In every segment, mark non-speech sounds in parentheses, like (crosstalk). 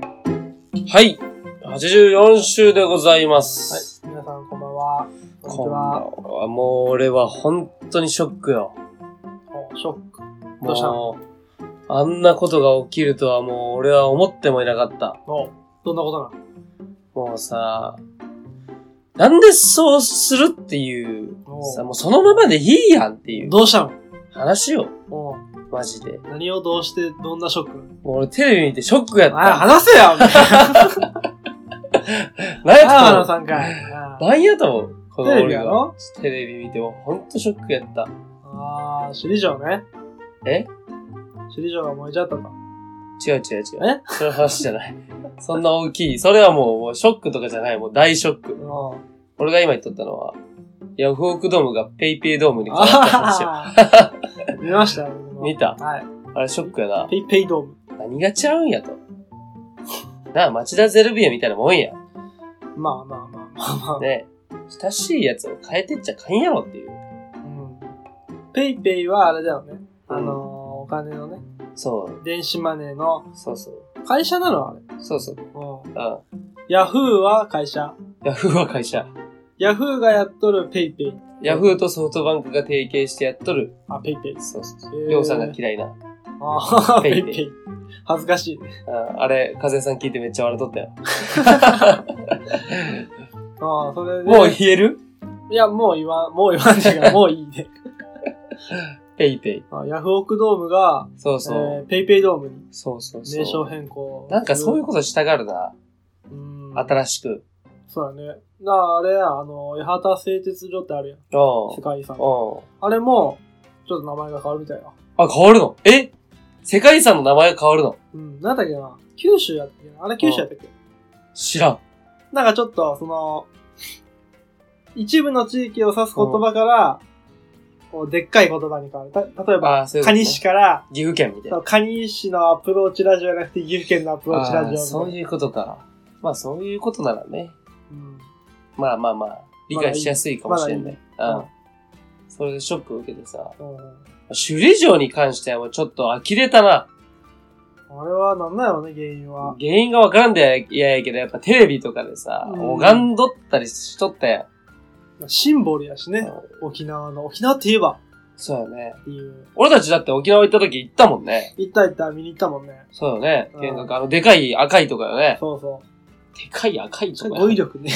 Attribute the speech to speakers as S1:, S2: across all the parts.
S1: はい。84週でございます。
S2: 皆さんこんばんは。こんにち
S1: こんば
S2: は。
S1: んは。もう俺は本当にショックよ。
S2: おショック。どうした
S1: もう、あんなことが起きるとはもう俺は思ってもいなかった。
S2: おどんなことな
S1: もうさ、なんでそうするっていう、
S2: お
S1: さ、もうそのままでいいやんってい
S2: の
S1: う
S2: どうしたの
S1: 話よ。
S2: お
S1: マジで。
S2: 何をどうして、どんなショック
S1: もう俺テレビ見てショックやっ
S2: あ、
S1: た。
S2: 話
S1: (laughs)
S2: せよ
S1: 何や
S2: あ、
S1: と
S2: 話
S1: 思
S2: さんかい。
S1: う
S2: あ
S1: 何やと思うこの
S2: テレビ
S1: 俺
S2: や
S1: が。
S2: ろ
S1: テレビ見てもほんとショックやった。
S2: あー、首里城ね。
S1: え
S2: 首里城が燃えちゃったと。
S1: 違う違う違う。(laughs)
S2: え
S1: そういう話じゃない。そんな大きい。それはもう、もうショックとかじゃない。もう大ショック。
S2: お
S1: 俺が今言っとったのは、ヤフオクドームがペイペイドームに変わった話よ。
S2: あー (laughs) 見ました僕も
S1: 見た
S2: はい。
S1: あれショックやな
S2: ペ。イペイドーム。
S1: 何がちゃうんやと。なあ、町田ゼルビアみたいなもんや。
S2: まあまあまあまあまあ。
S1: ね親しいやつを変えてっちゃかんやろっていう。
S2: うんペイペイはあれだよね。あのー、お金のね、
S1: そう。
S2: 電子マネーの
S1: そうそう。
S2: 会社なのあれ。
S1: そうそう。
S2: うん
S1: う
S2: ヤフーは会社。
S1: ん。ヤフーは会社。
S2: ヤフーがやっとるペイペイ。
S1: ヤフーとソフトバンクが提携してやっとる。
S2: あ、ペイペイ。
S1: そうそうそ
S2: へ
S1: う。
S2: ー
S1: りょうさんが嫌いな。
S2: あー
S1: ペ
S2: ペ
S1: イ
S2: イ
S1: ペ
S2: ペ
S1: イ
S2: イ。恥ずかしいね。
S1: うんあれ、風さん聞いてめっちゃ笑っとったよ。
S2: ああ、それで。
S1: もう言える
S2: いや、もう言わん、もう言わんねえ
S1: (laughs)
S2: から、もういいね。
S1: ペイペイ。
S2: あヤフオクドームが、
S1: そうそう。
S2: えーペイペイドームに
S1: そうそうそう。
S2: 名称変更。
S1: なんかそういうことしたがるな。
S2: と。うん。
S1: 新しく。
S2: そうだね。なあ、あれや、あの、八幡製鉄所ってあるやん。
S1: うん。
S2: 世界遺産。
S1: うん。
S2: あれも、ちょっと名前が変わるみたいよ。
S1: あ、変わるのえ世界遺産の名前が変わるの
S2: うん。なんだっけな。九州やったっけな。あれ九州やったっけ
S1: 知らん。
S2: なんかちょっと、その、一部の地域を指す言葉から、こう、でっかい言葉に変わる。た、例えば、
S1: あー、そういうことね
S2: 蟹市から、
S1: 岐阜県みたいな。
S2: 蟹市のアプローチラジオじゃなくて、岐阜県のアプローチラ
S1: あ
S2: ジ
S1: ー
S2: オ。
S1: そういうことか。まあそういうことならね。
S2: うん。
S1: まあまあまあ、理解しやすいかもしれない。
S2: まだいい
S1: うん。それでショックを受けてさ。
S2: うん。うん
S1: 首里城に関してはもうちょっと呆れたな。
S2: あれはなんなんやろね、原因は
S1: 原。因がわからんでややけど、やっぱテレビとかでさ、
S2: うん
S1: 拝んどったりしとったやん。
S2: シンボルやしね。
S1: うん
S2: 沖縄の。沖縄って言えば
S1: そうよね。
S2: っていう。
S1: 俺たちだって沖縄行った時行ったもんね。
S2: 行った行った、見に行ったもんね。
S1: そうよね。
S2: うん
S1: 見学、あの、でかい赤いとかよね。
S2: そうそう。
S1: でかい赤い
S2: そ
S1: と
S2: れ
S1: か
S2: 語彙
S1: い
S2: 力ね。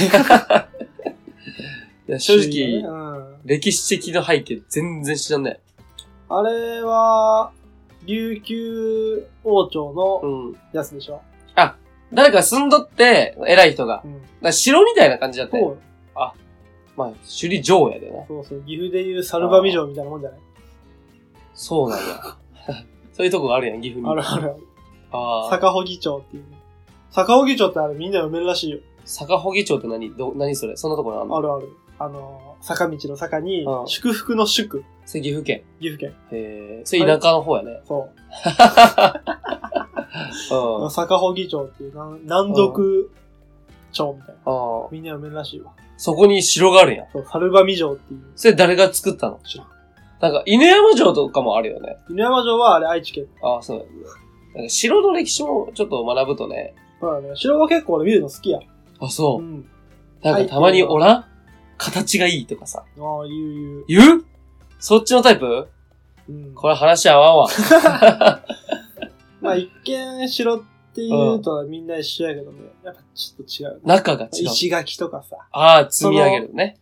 S1: や、 (laughs) 正
S2: 周
S1: 直、
S2: 囲がねうん。
S1: 歴史的な背景全然知らんね。
S2: あれは、琉球王朝
S1: う
S2: の
S1: ん。
S2: やつでしょ。
S1: 誰か住んどって、偉い人が。だか
S2: うん。
S1: ら城みたいな感じだった
S2: そ
S1: よ。
S2: う
S1: まあ、首里城やでな。
S2: そうそう、岐阜でいうサルバ美女みたいなもんじゃない
S1: そうなん
S2: (laughs)
S1: や。そういうとこがあるやん、岐阜に。
S2: あるある。
S1: ああ。
S2: 坂穂町っていうね。坂穂町ってあれみんな読めるらしいよ。
S1: 坂穂町って何ど、何それそんなところあんの
S2: あるある。あのー、坂道の坂に
S1: う、ん
S2: 祝福の祝、
S1: それ岐阜県。
S2: 岐阜県。
S1: へえ。それ田舎の方やね。
S2: そ
S1: うん。
S2: う。
S1: あ
S2: 坂穂町っていう南、南族町みたいな。
S1: あ。
S2: みんな読めるらしいわ。
S1: そこに城があるやん。
S2: そう、サルバ美女っていう。
S1: それ誰が作ったの
S2: 知らん
S1: なんか、犬山城とかもあるよね。
S2: 犬山城はあれ愛知県。
S1: ああ、そうだよね。なんか城の歴史もちょっと学ぶとね。
S2: そうだね。城は結構俺見るの好きや。
S1: あ、
S2: う
S1: そ
S2: ん。
S1: う。なんかたまにおらん形がいいとかさ。
S2: ああ、言う言う。
S1: 言うそっちのタイプ
S2: うん。
S1: これ話合わんわ。
S2: まあ一見城っていうとみんな一緒やけどね、やっぱちょっと違うね。
S1: 中が違う。
S2: 石垣とかさ、
S1: ああ、積み上げるね。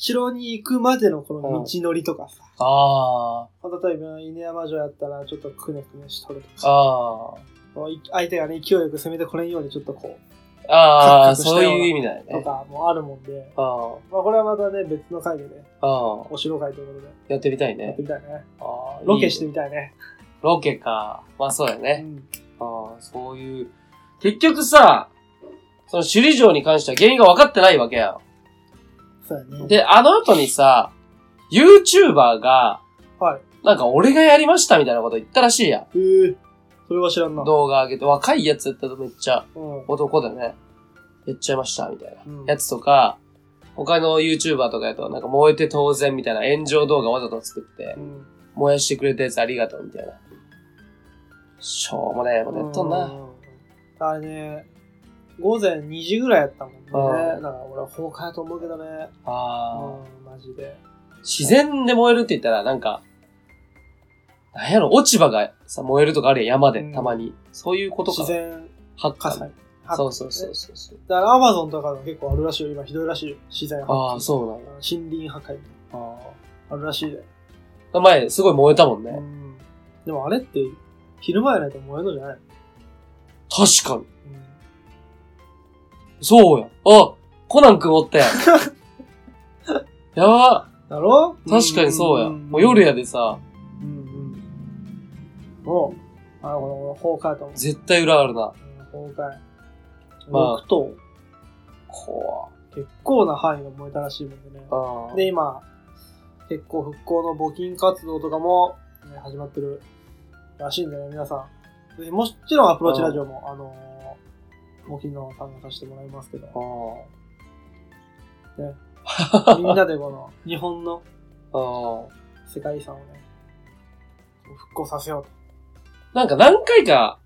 S2: 城に行くまでのこの道のりとかさ、
S1: あ
S2: まあ例えば犬山城やったらちょっとくねくねしとると
S1: あ、
S2: か、
S1: あ
S2: こうい相手がね、勢いよく攻めてこれんようにちょっとこ
S1: あ、ああ、
S2: カクカ
S1: そ
S2: クした
S1: う
S2: ような
S1: いう意味だよ
S2: う、と
S1: ね。
S2: かもあるもんで、
S1: ああ、
S2: まあこれはまたね、別の回でね、
S1: ああ、
S2: お城会ということで
S1: やってみたい
S2: やっ
S1: ね
S2: て。みたいね。
S1: ああ
S2: ロケして
S1: いいね
S2: みたいね。
S1: ロケか。まあそうだよね。
S2: うん
S1: ああ、そういう。結局さ、その首里城に関しては原因が分かってないわけや
S2: そうや
S1: ん。
S2: ね。
S1: で、あの後にさ、YouTuber が、
S2: はい。
S1: なんか俺がやりましたみたいなこと言ったらしいやん。
S2: えー、それは知らんな。
S1: 動画上げて、若いやつやったとめっちゃ
S2: うん。
S1: 男だね。やっちゃいました、みたいな。
S2: うん
S1: やつとか、他の YouTuber とかやと、なんか燃えて当然みたいな炎上動画わざと作って
S2: う、ん。
S1: 燃やしてくれたやつありがとうみたいな。しょうもないもんやっとんな。
S2: うんあれね、午前2時ぐらいやったもんね。だ
S1: あ
S2: から俺は崩壊やと思うけどね。
S1: ああ。
S2: うん、マジで。
S1: 自然で燃えるって言ったら、なんか、なんやろ、落ち葉がさ、燃えるとかあるやん、山で、
S2: うん
S1: たまに。そういうことか。
S2: 自然
S1: 発
S2: 火
S1: 火
S2: 災。
S1: そうそうそうそうそう。
S2: だからアマゾンとかの結構あるらしいよ。今ひどいらしいよ。自然破
S1: ああ、そうなん
S2: 壊
S1: だ。。
S2: 森林破壊。
S1: あ
S2: あるらしいで。
S1: あ前、すごい燃えたもん
S2: う
S1: ね。
S2: ん。でもあれって、昼間やないと燃えるのじゃないの
S1: 確かに。そうや。あコナン君おって。 (laughs) やば
S2: うん。だろ
S1: 確かにそうや。
S2: ん
S1: もう夜やでさ、
S2: うんうん。もう、あの、この崩壊と思う。
S1: 絶対裏あるな。
S2: うん崩壊。
S1: まあ
S2: 6棟、
S1: 怖
S2: 結構な範囲が燃えたらしいもんでね。
S1: あ
S2: で、今、結構復興の募金活動とかも、ね始まってるらしいんだよね、皆さん。でもちろんアプローチラジオも、あのー募金の参加させてもらいますけど、
S1: あ
S2: みんなで
S1: (laughs)
S2: この、日本の
S1: ああ
S2: 世界遺産をね、復興させようと。
S1: なんか何回か、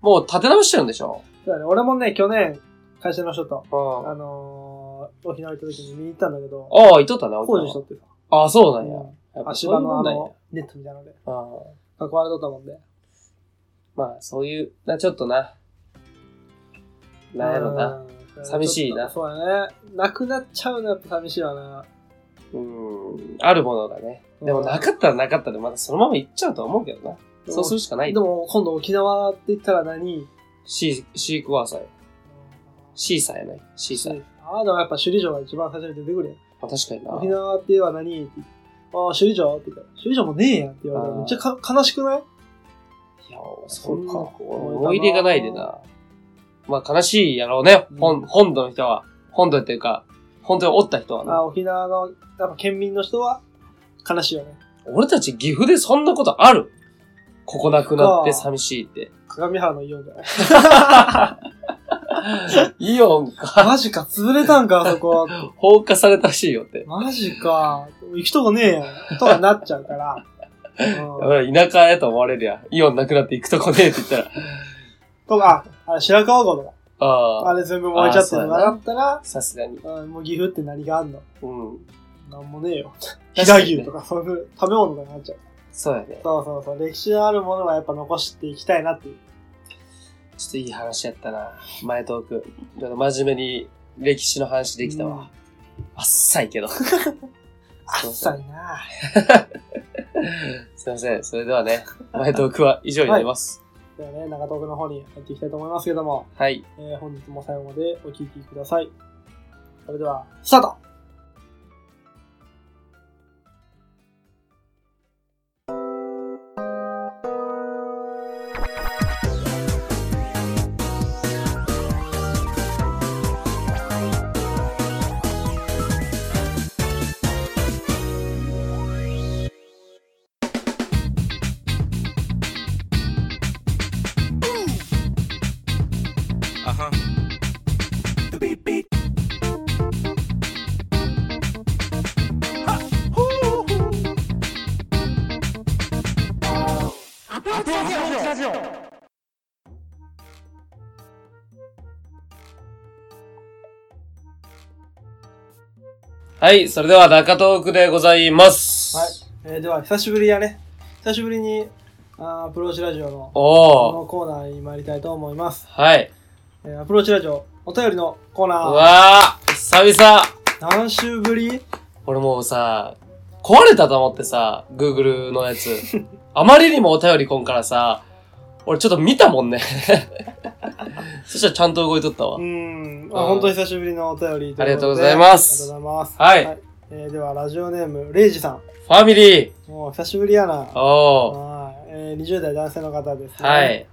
S1: もう立て直してるんでしょ
S2: そうだね、俺もね、去年、会社の人と、
S1: あ
S2: あのー、沖縄行った時に見に行ったんだけど、
S1: ああ、いとったな、
S2: 工事しとってさ、
S1: ああ、そうなんや。
S2: うん
S1: やっぱ
S2: 足
S1: そうい
S2: 場
S1: う
S2: の
S1: も
S2: あ
S1: んなんや。
S2: の、ネットみたいなので、
S1: あ
S2: 囲われとったもんで。
S1: あまあ、そういう、な、ちょっとな。なんやろな。
S2: うん。
S1: 寂しいな
S2: ちょっとそうだね。なくなっちゃうのやっぱ寂しいわな。
S1: うん、あるものだね。でもなかったらなかったで、またそのまま行っちゃうとは思うけどな。
S2: うん
S1: そうするしかない
S2: で。も今度沖縄って言ったら何
S1: シー、シークワーサーや。シーサーやない。シーサー。
S2: ああ、でもやっぱ首里城が一番最初に出てくる
S1: まあ、確かに
S2: やん。
S1: な
S2: 沖。縄って言えば何ってああ、首里城って言ったら、首里城もねえやんって言われたらめっちゃか悲しくない
S1: いや、そんな
S2: そうか
S1: 思い出がないでな。まあ悲しいやろうね。
S2: うん
S1: 本、本土の人は。本土っていうか、本当におった人は
S2: あ
S1: な。
S2: あ、沖縄の、やっぱ県民の人は悲しい
S1: (laughs)
S2: よね。
S1: 俺たち岐阜でそんなことあるここなくなって
S2: そっか
S1: 寂しいって。
S2: 鏡原のイオンじゃない
S1: イオンか。
S2: マジか、潰れたんか、あ
S1: (laughs)
S2: そこ。
S1: 放火されたらしいよって。
S2: マジか。行くとこねえやん。とかなっちゃうから。
S1: (laughs)
S2: うん
S1: 俺田舎やと思われるやん。イオンなくなって行くとこねえって言ったら。
S2: とか、ああれ白川郷とか。
S1: あ
S2: あ
S1: あ、
S2: れ全部燃えちゃってるのが
S1: あ
S2: あったら、
S1: さすがに。
S2: うんもう岐阜って何があんの
S1: うん。
S2: なんもねえよ。
S1: (laughs)
S2: 飛
S1: 確
S2: 騨
S1: かにね
S2: 牛とか、そういう食べ物とかになっちゃう。
S1: そうやね。
S2: そうそうそう。歴史のあるものはやっぱ残していきたいなっていう。
S1: ちょっといい話やったな。前トーク。ちょっと真面目に歴史の話できたわ。あっさいけど。
S2: あっさいな
S1: すいません。それではね、前トークは以上になります。
S2: ではね、長東区の方に入っていきたいと思いますけども、
S1: はい。
S2: えー本日も最後までお聴きください。それでは、スタート
S1: はい。それでは中トークでございます。
S2: はい。えーでは、久しぶりやね。久しぶりに、あーアプローチラジオの、こ
S1: おー。
S2: のコーナーに参りたいと思います。
S1: はい。
S2: えーアプローチラジオ、お便りのコー
S1: う
S2: ナー。
S1: わー。久々。
S2: 何週ぶり
S1: 俺もうさ、壊れたと思ってさ、Google のや
S2: (laughs)
S1: つ。あまりにもお便りこんからさ、俺ちょっと見たもんね。 (laughs) そしたらちゃんと動いとったわ
S2: う。ーん。
S1: あ
S2: あ
S1: ー
S2: 本当に久しぶりのお便りということで。
S1: ありがとうございます
S2: ありがとうございます。
S1: はい
S2: えーでは、ラジオネーム、レイジさ
S1: ファミリー。
S2: ん。もう久しぶりやな。は
S1: おー。
S2: い。えー20代男性の方です、ね。
S1: は。い。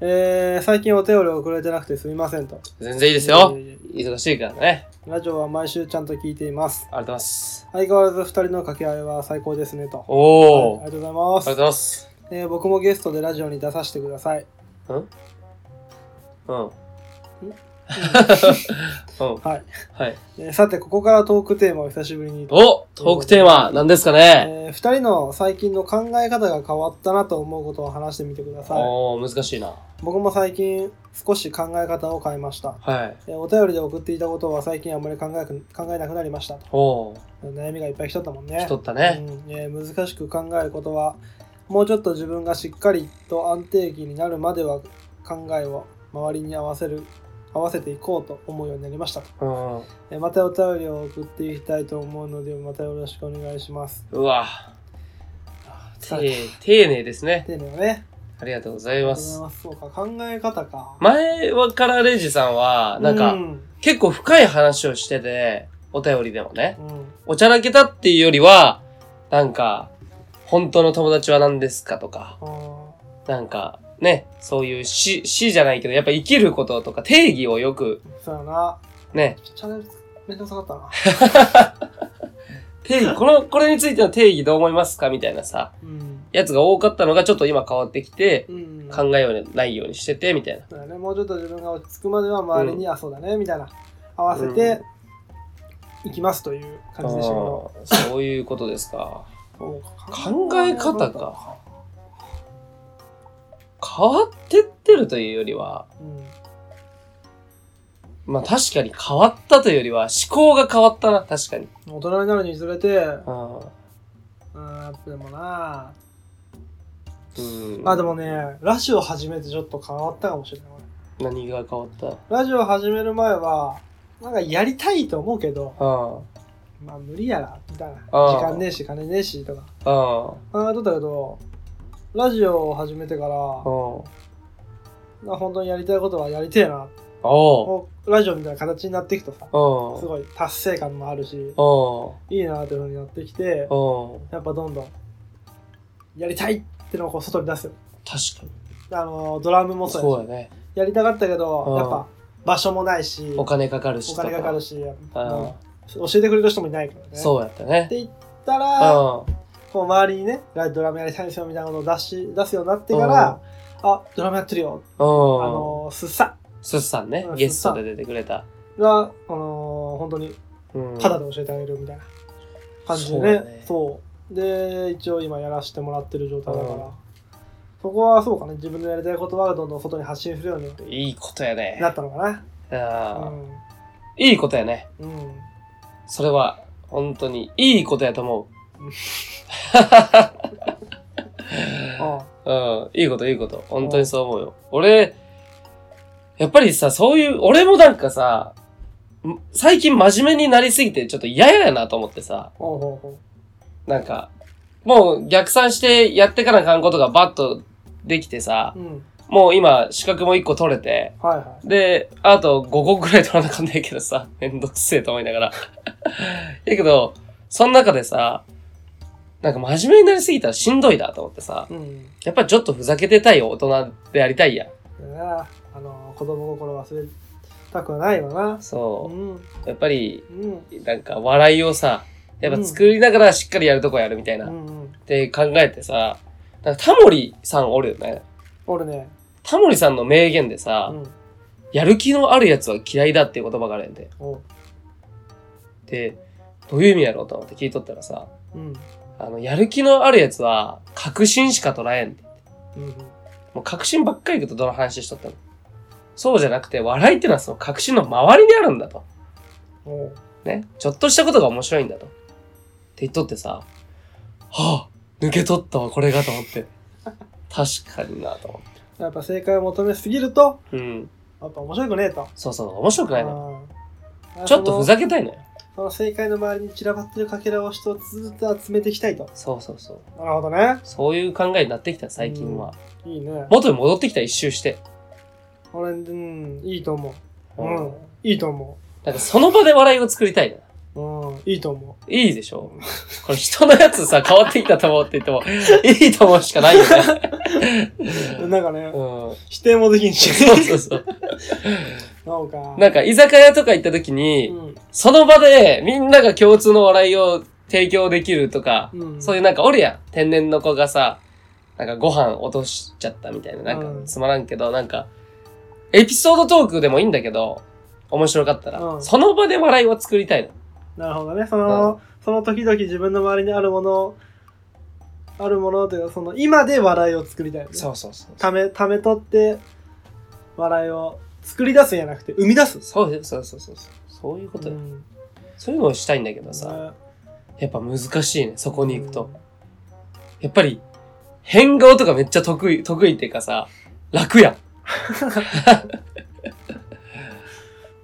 S2: えー最近お便りを送れてなくてすみませんと。
S1: 全然いいで
S2: で
S1: すよ。。忙しいからね。
S2: ラジオは毎週ちゃんと聞いています。
S1: ありがとうございます。
S2: 相変わらず二人の掛け合いは最高ですねと。
S1: おー。
S2: はい
S1: あ
S2: あ
S1: り
S2: りがとうご
S1: がと
S2: ざ
S1: う
S2: い
S1: ございます。
S2: ます。えー僕もゲストでラジオに出させてください。
S1: (laughs) うん。うん。
S2: はい。
S1: はい。
S2: えーさて、ここからトークテーマを久しぶりに。
S1: おトークテーマ、何ですかね
S2: えー、2人の最近の考え方が変わったなと思うことを話してみてください。
S1: おー、難しいな。
S2: 僕も最近少し考え方を変えました。
S1: はい。
S2: えーお便りで送っていたことは最近あんまり考えく考えなくなりましたと。
S1: おう、
S2: 悩みがいっぱい来とったもんね。
S1: 来とったね。
S2: うんえー難しく考えることはもうちょっと自分がしっかりと安定期になるまでは考えを周りに合わせる合わせていこうと思うようになりましたと、
S1: うん。う
S2: えーまたお便りを送っていきたいと思うのでまたよろしくお願いします
S1: わ、
S2: 疲れ
S1: 丁丁寧ですね
S2: た。丁寧だね
S1: ありがとうござい
S2: あり
S1: ま
S2: がとうご
S1: す。
S2: ざいますそうか考え方か
S1: 前はからレイジさんは、なん
S2: う
S1: か、
S2: ん
S1: 結構深い話をしてて、お便りでもね、
S2: うん
S1: おちゃらけたっていうよりは、なんか、本当の友達は何ですかとか、
S2: あ
S1: なんか、ね、そういう死、死じゃないけど、やっぱ生きることとか定義をよく、
S2: ーそうやな
S1: ね、
S2: チャンネルめんどくさかったな、
S1: 定義、この、これについての定義どう思いますかみたいなさ、
S2: うん
S1: やつが多かったのがちょっと今変わってきて、
S2: うん、
S1: 考えようないようにしてて、みたいな。
S2: そうだね、もうちょっと自分が落ち着くまでは周りに、あそうだねみたいな合わせていきますという感じでしたけど、
S1: あーそういうことですか。
S2: そう
S1: 考え方か。変わってってるというよりは、
S2: うん、
S1: まあ確かに変わったというよりは、思考が変わったな、確かに。
S2: 大人になるにつれてうん
S1: うん。
S2: やっぱでもな
S1: うん、
S2: あでもねラジオ始めてちょっと変わったかもしれない俺
S1: 何が変わったあ
S2: ラジオ始める前はなんかやりたいと思うけど
S1: あ、
S2: まあ無理やらみたいな時
S1: あー
S2: 間ねえし金ねえしとか
S1: ああ、
S2: 考えとったけどラジオを始めてから
S1: お
S2: まあ本当にやりたいことはやりてえな
S1: お
S2: こうラジオみたいな形になっていくとさ
S1: お
S2: すごい達成感もあるし
S1: お
S2: いいなというふうになってきて
S1: お
S2: やっぱどんどんやりたいってのをこう外に出すよ
S1: 確かに。
S2: あのドラムもそう
S1: そ
S2: や
S1: うやね。
S2: しやりたかったけ
S1: う
S2: ど
S1: ん
S2: やっぱ場所もないし
S1: お金かかるし
S2: お
S1: とか。
S2: 金かかる
S1: し。
S2: しうん教えてくれる人もいないからね
S1: そうやったね
S2: っ。て言ったら
S1: あ
S2: こう周りにねラドラムやりたいんですよみたいなことを出し出すようになってからあドラムやってるよ
S1: あ
S2: あ
S1: の
S2: のすっさ
S1: すっさんね
S2: う、ん
S1: ゲストで出てくれた。
S2: があの本当に
S1: うん
S2: ただで教えてあげるみたいな感じで
S1: そうだ
S2: ね
S1: ね
S2: そうで一応今やらせてもらってる状態だから、
S1: うん
S2: そこはそうかね自分のやりたいことはどんどん外に発信するように
S1: いいことやね。
S2: なったのかな
S1: ああいいことやね。
S2: うん、うん、
S1: それは、本当にいいことやと思
S2: あ
S1: う。うん、いいこと、いいこと。本当にそう思うよ。俺、やっぱりさ、そういう、俺もなんかさ、ん最近真面目になりすぎてちょっと嫌やなと思ってさ、
S2: ほうほうほ
S1: なんか、もう逆算してやってからかんことがバッとできてさ
S2: う、うん
S1: もう今資格も1個取れて、
S2: はいは
S1: で、あと5個くらい取らなあかんねえけどさ、 (laughs) めんどくせえと思いながら。 (laughs) やけど、その中でさ、なんか真面目になりすぎたらしんどいなと思ってさ、
S2: いうん
S1: やっぱりちょっとふざけてたいよ、大人でありたいやん。
S2: だなあの子供心忘れたくはないわなう
S1: そ
S2: ん
S1: う。やっぱり、
S2: うん
S1: なんか笑いをさ、やっぱ作りながらしっかりやるとこやるみたいな。
S2: う
S1: っ
S2: んうん
S1: て考えてさ、なんかタモリさんおるよね。
S2: 俺ね、
S1: タモリさんの名言で
S2: う
S1: さ、
S2: ん、
S1: やる気のあるやつは嫌いだっていう言葉があるんで。
S2: おう
S1: で、どういう意味やろうと思って聞いとったらさ、
S2: うん
S1: あの、やる気のあるやつは、確信しか捉えんって。
S2: うんうん
S1: もう確信ばっかり言うとどの話しとったのそうじゃなくて、笑いってのはその確信の周りにあるんだと。
S2: おう
S1: ね。ちょっとしたことが面白いんだと。って言っとってさ、はあ、抜け取ったわ、これがと思って。確かになと思って。
S2: やっぱ正解を求めすぎると
S1: うん。
S2: やっぱ面白くねえと
S1: そうそう、面白くないの。
S2: うん
S1: ちょっとふざけたいのよ。
S2: その正解の周りに散らばってるかけらを一つずつ集めていきたいと。
S1: そうそうそう。
S2: なるほどね。
S1: そういう考えになってきた、最近は。
S2: いいね。
S1: 元に戻ってきた、一周して。
S2: 俺、うん、いいと思う。うん、いいと思
S1: なんかその場で笑いを作りたいな。
S2: う。うん、いいと思
S1: いいでしょこれ人のやつさ、変わってきたと思うって言っても、いいと思うしかないよね。
S2: う。なんかね、
S1: うん。
S2: 否定もできんし。
S1: そうそうそう。
S2: なんか。
S1: なんか居酒屋とか行った時に、
S2: うん、
S1: その場でみんなが共通の笑いを提供できるとか、
S2: うん。
S1: そういううなんかおるやん。天然の子がさ、なんかご飯落としちゃったみたいな。なん
S2: う
S1: か
S2: ん
S1: つまらんけど、なんか、エピソードトークでもいいんだけど、面白かったら、
S2: うん
S1: その場で笑いを作りたいの。
S2: なるほどね。その、その時々自分の周りにあるもの、あるものというか、その、今で笑いを作りたい、ね。
S1: そうそうそう。
S2: ため、ため取って、笑いを作り出すんじゃなくて、生み出す。
S1: そうですそうそうそうそう。そういうことだ、
S2: ん、
S1: そういうのをしたいんだけどさ、
S2: ね
S1: やっぱ難しいね、そこに行くと。。やっぱり、変顔とかめっちゃ得意、得意っていうかさ、楽やん。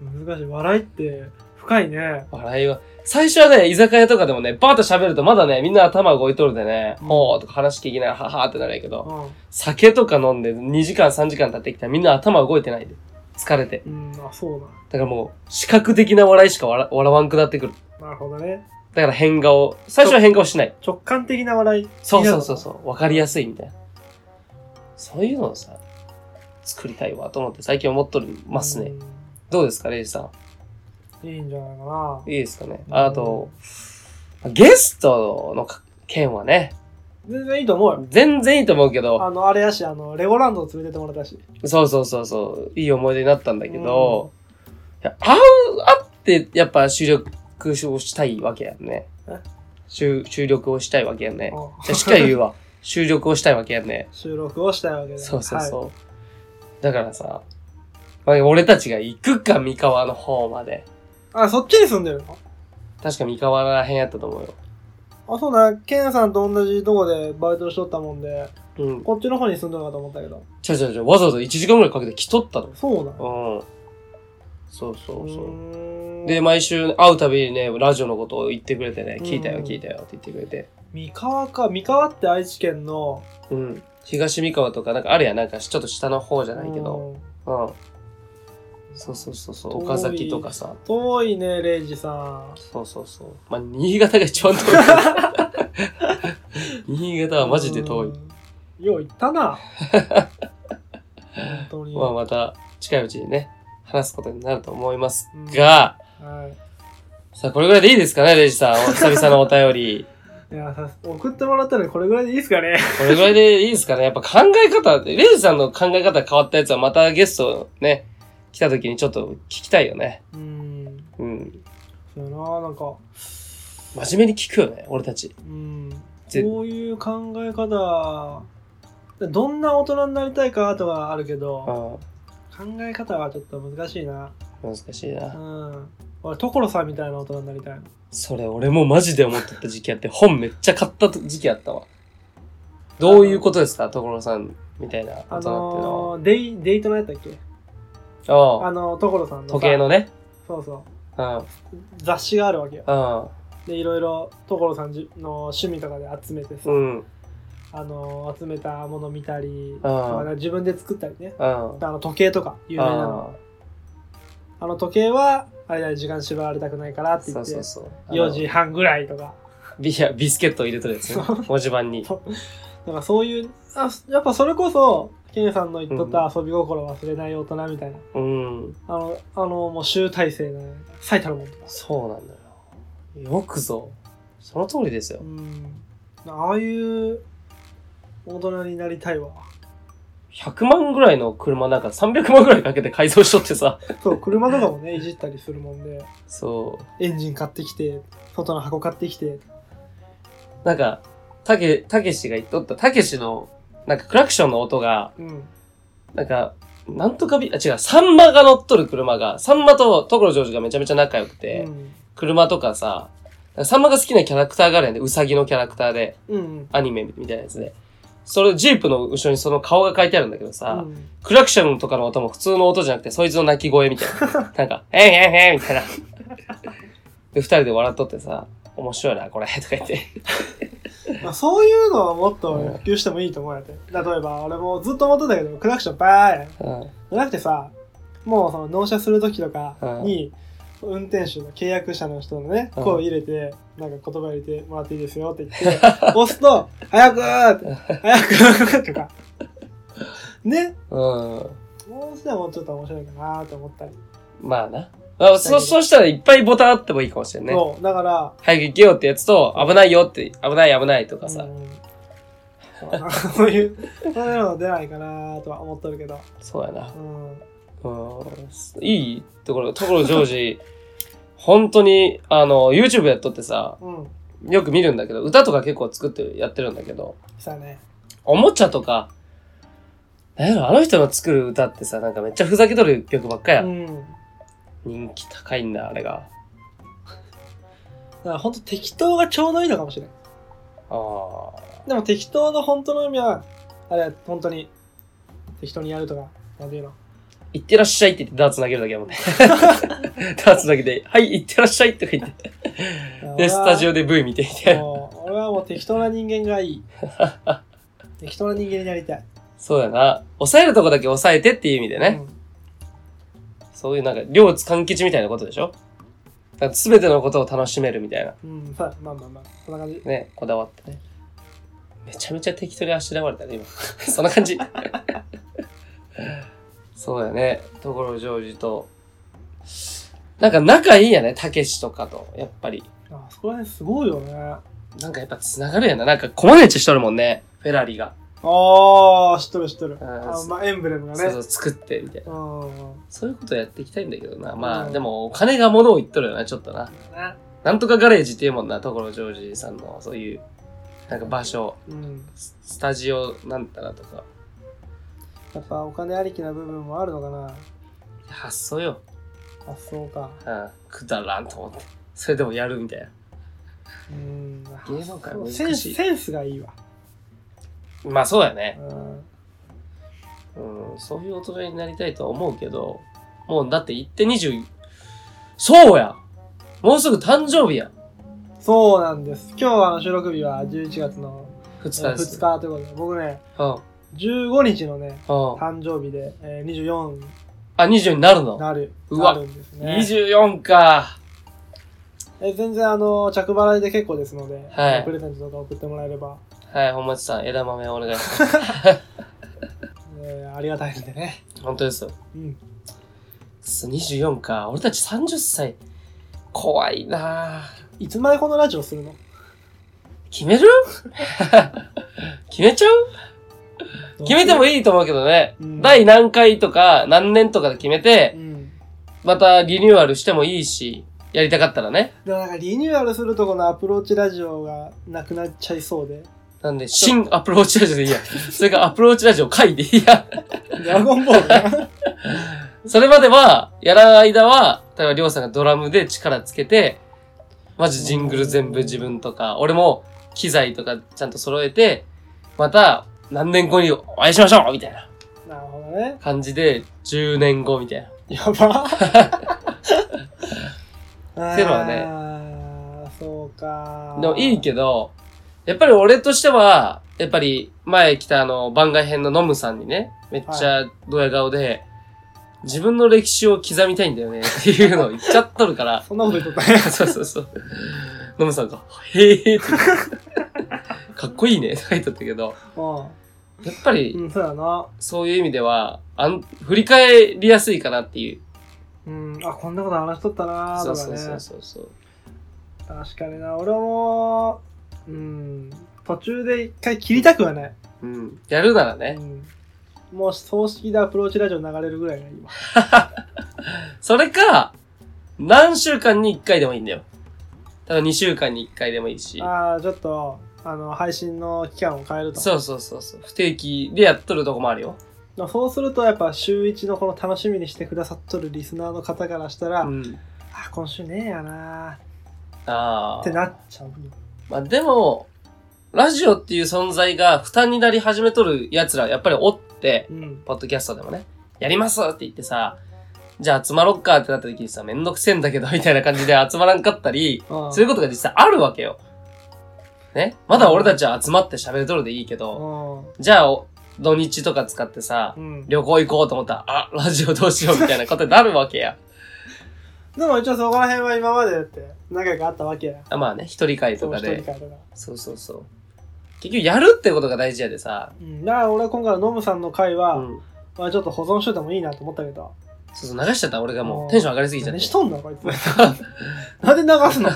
S2: うん難しい。笑いって深いね。
S1: 笑いは。最初はね、居酒屋とかでもね、バーッと喋るとまだね、みんな頭動いとるでね、
S2: うん
S1: ほーとか話聞きながら、ははーってなるんやけど、
S2: うん。
S1: 酒とか飲んで2時間3時間経ってきたらみんな頭動いてないで。疲れて。
S2: うん、あ、そう
S1: だからもう、視覚的な笑いしか笑笑わんくなってくる。
S2: だ。なるほどね。
S1: だから変顔、最初は変顔しない。
S2: 直感的な笑い。
S1: そうそうそうそう、わかりやすいみたいな。そういうのをさ、作りたいわと思って最近思っとりますね。どうですか、レイジさん。。
S2: うん。いいんじゃないかない
S1: いですかね。あと、ゲストの件はね、
S2: 全然いいと思うよ。
S1: 全然いいと思うけど、
S2: あの、あれやし、あの、レゴランド連れてってもらったし。
S1: そうそうそうそう、いい思い出になったんだけど、いや会う、会ってやっぱ収録をしたいわけやんね
S2: え。
S1: 収収録をしたいわけやんね。
S2: うん
S1: じゃしっかり言うわ。 (laughs) 収録をしたいわけやんね。
S2: 収録をしたいわけで。
S1: そうそうそう。だからさ、まあ俺たちが行くか三河の方まで。
S2: はい。あ、そっちに住んでるの
S1: 確か三河ら辺やったと思うよ。
S2: あ、そうな、ケンさんと同じとこでバイトしとったもんで、
S1: うん。
S2: こっちの方に住んでるのかと思ったけど。
S1: ちゃうちゃうちゃう、わざわざ1時間ぐらいかけて来とったの。
S2: そうな
S1: う
S2: の
S1: ん。そうそうそう。
S2: う
S1: で、
S2: ま、
S1: 毎週会うたびにね、ラジオのことを言ってくれてね、
S2: うん
S1: 聞いたよ、聞いたよって言ってくれて。
S2: 三河か、三河って愛知県の、
S1: うん。東三河とか、なんかあるやん、なんかちょっと下の方じゃないけど。
S2: うん
S1: うん。そうそうそうそう、
S2: 遠い
S1: 岡崎とかさ。
S2: 遠いね、レイジさ
S1: そうそうそう。まあ、新潟が一番
S2: (laughs)
S1: 遠い。新潟
S2: ん。
S1: はマジで遠い。
S2: い。よう行っ
S1: (laughs)
S2: たな。本当に。
S1: まあ、また近いうちにね、話すことになると思いますが、
S2: はい。
S1: さあ、これぐらいでいいですかね、レイジさん。お久々のお便り。
S2: いや、さ送ってもらったのにこれぐらいでいいですかね。
S1: これぐらいでいいですかね。やっぱ考え方、レイジさんの考え方変わったやつはまたゲストね、来た時にちょっと聞きたいよね。
S2: うん。
S1: うん。
S2: そうやな、なんか、
S1: 真面目に聞くよね、俺たち。
S2: うん。
S1: ぜ
S2: こういう考え方、どんな大人になりたいかとかあるけ
S1: う
S2: ど、
S1: ん。
S2: 考え方はちょっと難しいな。
S1: 難しいうな。
S2: ん。俺、所さんみたいな大人になりたい。
S1: それ俺もマジで思ってた時期あって、本めっちゃ買った時期あったわ。どういうことですか、所さんみたいな大人
S2: あ
S1: っていうのは。
S2: のー、デイ、デイトのやったっけ
S1: あ
S2: あ
S1: あ
S2: の、所さんのさ
S1: 時計。のね。
S2: そうそ
S1: うん。うん。
S2: う。雑誌があるわけよ。
S1: う
S2: で、いろいろ所さんじの趣味とかで集めてさ、
S1: ん。うん。
S2: あのー、集めたもの見たり、
S1: あ
S2: まあ自分で作ったりね。
S1: あ
S2: あの、時計とか、有名なの。
S1: あ
S2: あの時計は、あれだよ、時間縛られたくないからって言
S1: そう
S2: って
S1: そう、そう。
S2: 4時半ぐらいとか。 (laughs)
S1: ビアビスケットを入れとるやつね。文字盤に。
S2: なんかそういう、あやっぱそれこそ、ケンさんの言っとっ
S1: うん
S2: た遊び心忘れない大人みたいな。
S1: うん。
S2: あの、あの、もう集大成な、最たるもんとか。
S1: そうなんだよ。よくぞ。その通りですよ
S2: う。ん。ああいう大人になりたいわ。
S1: 100万ぐらいの車なんか300万ぐらいかけて改造しとってさ。
S2: そう、車とか
S1: (laughs)
S2: もね、いじったりするもんで、
S1: そう。
S2: エンジン買ってきて、外の箱買ってきて。
S1: なんか、たけ、たけしが言っとった、たけしの、なんかクラクションの音が、
S2: うん。
S1: なんか、なんとかび、あ、違う、サンマが乗っとる車が、サンマと所ジョージがめちゃめちゃ仲良くて、
S2: うん。
S1: 車とかさ、なんかサンマが好きなキャラクターがあるやんで、ウサギのキャラクターで、
S2: うん。
S1: アニメみたいなやつで。それ、ジープの後ろにその顔が書いてあるんだけどさ、
S2: うん
S1: クラクションとかの音も普通の音じゃなくて、そいつの泣き声みたいな。なんか、えんえんえんみたいな。 (laughs) で、二人で笑っとってさ、面白いな、これ、とか言って。
S2: まあ、そういうのはもっと普及してもいいと思うやって。例えば、俺もずっと思ってたけど、クラクションバー
S1: う
S2: ン
S1: ん。
S2: じゃなくてさ、もうその納車するときとかに、運転手の契約者の人のね、
S1: うん
S2: 声入れて、なんか言葉入れてもらっていいですよって言って、 (laughs) 押すと、早くーって早くー
S1: (laughs)
S2: とか。ね、
S1: うん。
S2: もうしてもうちょっと面白いかなーって思ったり。
S1: まあな。まあ、そ、そうしたらいっぱいボタンあってもいいかもしれんね。
S2: そう、だから、
S1: 早く行けよってやつと、危ないよって、危ない危ないとかさ。
S2: うんそういう、そういうの出ないかなーとは思っとるけど。
S1: そうやな
S2: う。ん。
S1: うん。いいところ、ところジョージ、 (laughs) 本当に、あの、YouTube やっとってさ、
S2: うん。
S1: よく見るんだけど、歌とか結構作ってやってるんだけど、
S2: したね。
S1: おもちゃとか、なんやろ、あの人の作る歌ってさ、なんかめっちゃふざけとる曲ばっかや。
S2: うん。だ
S1: 人気高いんだ、あれが。
S2: から本当適当がちょうどいいのかもしれない。
S1: ああ。
S2: でも適当の本当の意味は、あれ、本当に、適当にやるとか、なんていうの。
S1: いってらっしゃいって言ってダーツ投げるだけやもん
S2: (laughs)
S1: ね。ダーツ投げて、はい、いってらっしゃいとか言って。で、スタジ
S2: オ
S1: オで V 見てみたいな。
S2: 俺はもう適当な人間が
S1: (laughs)
S2: いい。適当な人間になりたい。
S1: そうやな。抑えるとこだけ抑えてっていう意味でね。
S2: うん
S1: そういうなんか、両津勘吉みたいなことでしょだから全てのことを楽しめるみたいな。
S2: うん、まあまあまあまあ、そんな感じ。
S1: ね、こだわってね。めちゃめちゃ適当にあしらわれたね、今。 (laughs) そんな感じ。そうやね。ところジョージと。なんか仲いいんやね、たけしとかと。やっぱり。
S2: あそこら辺すごいよね。あ
S1: なんかやっぱ繋がるやな。なんかコマネチしとるもんね。フェラリが。
S2: あ、知っとる知っとる。
S1: うん
S2: あまあ、エンブレムがね。
S1: そうそう、作って、みたいな。
S2: うん。
S1: そういうことやっていきたいんだけどな。まあ、
S2: うん
S1: でも、お金が物を言っとるよな、ちょっとな。
S2: ね
S1: なんとかガレージっていうもんな、所ジョージさんの、そういう、なんか場所、
S2: うん。
S1: ススタジオなんたらとか。
S2: やっぱお金ありきな部分もあるのかな。
S1: 発想よ。
S2: あ、そうか。
S1: うん。くだらんと思って。それでもやるみたいな。
S2: うん。
S1: 芸能界難しい
S2: センス、センスがいいわ。
S1: まあ、そうやね。
S2: うん。
S1: うん。そういう大人になりたいとは思うけど、もうだって行って20、そうやもうすぐ誕生日や
S2: そうなんです。今日はあの収録日は11月の
S1: 二
S2: え
S1: 日
S2: ー
S1: です。
S2: 2日ということで、僕ね、
S1: うん。うん。
S2: 15日のね、
S1: あ、
S2: 誕生日で、えー、24に
S1: 20になるの
S2: なる、
S1: うわ
S2: なるんですね。
S1: ?24 か。
S2: えー全然あの、着払いで結構ですので、
S1: はい
S2: プレゼントとか送ってもらえれば、
S1: はい、本町さん、枝豆お願いします。
S2: えーありがたいんでね。
S1: 本当ですよ。
S2: うん。
S1: そう24か。俺たち30歳。怖いなぁ
S2: いつまでこのラジオするの
S1: 決める (laughs) 決めちゃう決めても
S2: いい
S1: いいと思うけどね。
S2: うん
S1: 第何回とか何年とかで決めて
S2: う、ん。
S1: またリニューアルしてもいいし、やりたかったらね。
S2: でもなんかリニューアルするとこのアプローチラジオがなくなっちゃいそ
S1: (laughs)
S2: うで、
S1: なんで、新アプローチラジオでいいや。 (laughs) それからアプローチラジオ回でいいや。 (laughs)
S2: ドラゴンボールね (laughs)
S1: それまでは、やらん間は、例えばりょうさんがドラムで力つけて、マジジングル全部自分とか、俺も機材とかちゃんと揃えて、また何年後にお会いしましょうみたいな
S2: なるほどね。
S1: 感じで、10年後みたいな。
S2: や
S1: (laughs)
S2: ば
S1: てのはね
S2: ね。そうか。
S1: でもいいけど、やっぱり俺としては、やっぱり前来たあの番外編のノムさんにね、めっちゃドヤ顔で、自分の歴史を刻みたいんだよねっていうのを言っちゃっとる (laughs) から、
S2: そんなこと言っとったね。
S1: そうそうそう。ノムさんが、へえーって。かっこいいね、とか言っとったけど、
S2: う
S1: やっぱり、
S2: ん。うん、そうだな。
S1: そういう意味では、あん、振り返りやすいかなっていう。
S2: うん。あ、こんなこと話しとったな
S1: そ
S2: と
S1: う
S2: か
S1: そう
S2: ね。
S1: そうそうそう。
S2: 確かにな。俺も、うん。途中で一回切りたくはない。
S1: うん。やるなら
S2: う
S1: ね。
S2: ん。もう葬式でアプローチラジオ流れるぐらいがいいわ。
S1: それか、何週間に1回でもいいんだよ。ただ2週間に1回でもいいし。
S2: ああ、ちょっと、あの、配信の期間を変えると。
S1: そうそうそうそう。不定期でやっとるとこもあるよ。
S2: まあそうすると、やっぱ週一のこの楽しみにしてくださっとるリスナーの方からしたら、
S1: うん。
S2: あ、今週ねえやな
S1: ああ
S2: って。なっちゃうよ。
S1: まあでも、ラジオっていう存在が負担になり始めとる奴らやっぱりおって、
S2: うん。
S1: ポッドキャストでもね、やりますって言ってさ、じゃあ集まろっかってなった時にさ、めんどくせえんだけど、みたいな感じで集まらんかったり、
S2: うん
S1: そういうことが実際あるわけよ。ねまだ俺たちは集まって喋るとるでいいけど、じゃあお、土日とか使ってさ
S2: う、ん。で
S1: 旅行行こうと思ったら、あ、ラジオどうしようみたいなことになるわけ
S2: (laughs)
S1: や。
S2: も一応そこら辺は今までだって仲良くあったわけや。
S1: あまあね、一人会とか
S2: そう一
S1: で。
S2: 人会とか。
S1: そうそうそう。結局やるってことが大事やでさ、
S2: うん。だから俺は今回のノムさんの回は、
S1: うん。
S2: まあちょっと保存しといてもいいなと思ったけど。
S1: そうそう、流しちゃった俺がもう
S2: おー
S1: テンション上がりすぎちゃっ。
S2: 何してとんのこい
S1: (laughs)
S2: つ。なんで流すの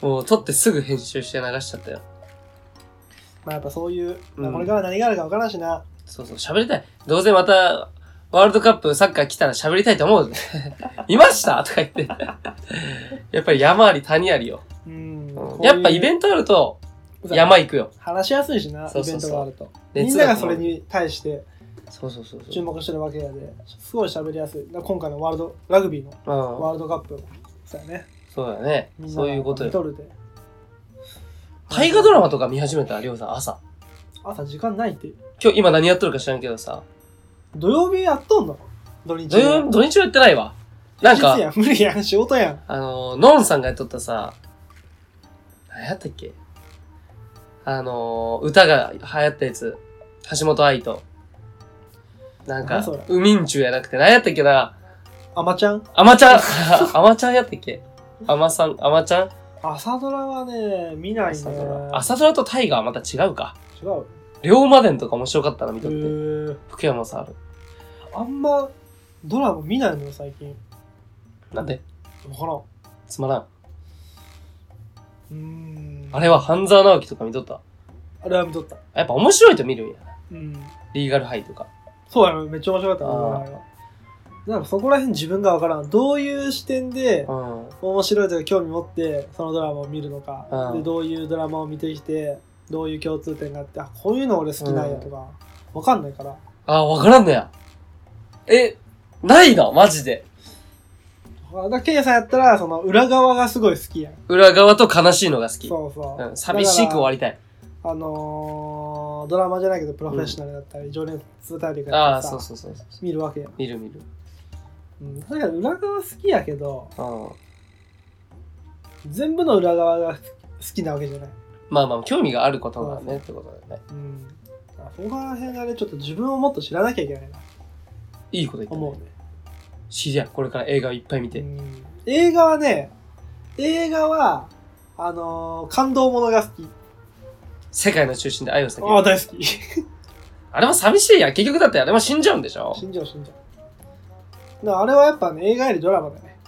S1: もう撮ってすぐ編集して流しちゃったよ。
S2: まあやっぱそういう、
S1: うん
S2: これから何があるか分からんしな。
S1: そうそう、喋りたい。どうせまた、ワールドカップサッカー来たら喋りたいと思
S2: (laughs)
S1: う。いましたとか言って。やっぱり山あり谷ありよ。
S2: うん。
S1: やっぱイベ
S2: ン
S1: ントあると、山行くよ。
S2: 話しやすいしな、
S1: そう
S2: イベ
S1: そう
S2: ン
S1: そう
S2: トがあると。みん
S1: 熱
S2: な
S1: が
S2: が
S1: こ
S2: そ
S1: も
S2: れに対して
S1: そうそうそうそ
S2: 注
S1: う。
S2: 目してるわけやで、すごい喋りやすい。だから今回のワールド、ラグビーの
S1: うん。
S2: ワールドカップもそうやね。
S1: そうだね
S2: みん。なが
S1: そういうこと
S2: 見
S1: よ。
S2: とるで。
S1: 大河ドラマとか見始めたら、りょうさん、朝。
S2: 朝時間ないって。
S1: 今日、今何やっとるか知らんけどさ。
S2: 土曜日やっとんの土日。
S1: 土曜土日はやってないわ。なん
S2: いつ
S1: か、
S2: や無理やん、仕事やん。
S1: あの、のんさんがやっとったさ、何やったっけあの、歌が流行ったやつ。橋本愛と。なんか
S2: 何それ、
S1: ウミンチュやなくて、何やったっけな
S2: あまちゃん
S1: アマちゃん、ア (laughs) マちゃんやったっけアマさん、アマちゃん
S2: 朝ドラはね、見ないね。
S1: 朝ドラ。朝ドラとタイガーはまた違うか。
S2: 違う。
S1: 龍馬伝とか面白かったな、見
S2: え
S1: とって。
S2: ー、
S1: 福山さんある。
S2: あんまドラマ見ないのよ、最近。
S1: なんで
S2: わからん。
S1: つまらん。
S2: うーん。
S1: あれは半沢直樹とか見とった。
S2: あれは見とった。
S1: やっぱ面白いと見るんやな。
S2: うん。
S1: リーガルハイとか。
S2: そうやろ、めっちゃ面白かったな、
S1: あー
S2: あれは。なんかそこら辺自分がわからん。どういう視点で
S1: うん。
S2: 面白いというか興味持ってそのドラマを見るのか、
S1: うん
S2: でどういうドラマを見てきて、どういう共通点があって、あ、こういうの俺好きなんやとか、わかんないから。
S1: あー、わからんのや。え、ないな、マジで。
S2: あだからケイさんやったら、その裏側がすごい好きやん。
S1: 裏側と悲しいのが好き。
S2: そうそう。
S1: うん、寂しく終わ
S2: り。
S1: りたい。
S2: あのー、ドラマじゃないけど、プロフェッショナルだったり、情熱大陸
S1: あ
S2: だ
S1: あ、
S2: った
S1: そ
S2: りさ
S1: う、そうそうそう。
S2: 見るわけやん。
S1: 見る見る。
S2: うん。だから裏側好きやけど、
S1: うん。
S2: 全部の裏側が好きなわけじゃない。
S1: まあまあ、興味があることがね、ってことだよね。
S2: うん。あそこら辺がね、ちょっと自分をもっと知らなきゃいけないな、
S1: いいこと言った、
S2: 思う
S1: ね。
S2: ね。
S1: 知り合い、これから映画をいっぱい見て。
S2: うん映画はね、映画は、あのー、感動ものが好き。
S1: 世界の中心で愛を叫
S2: ああ、
S1: ぶ。
S2: 大好き。
S1: あれも寂しいやん。結局だってあれも死んじゃうんでしょ
S2: 死んじゃう、死んじゃう。だからあれはやっぱね、映画よりドラマだよね。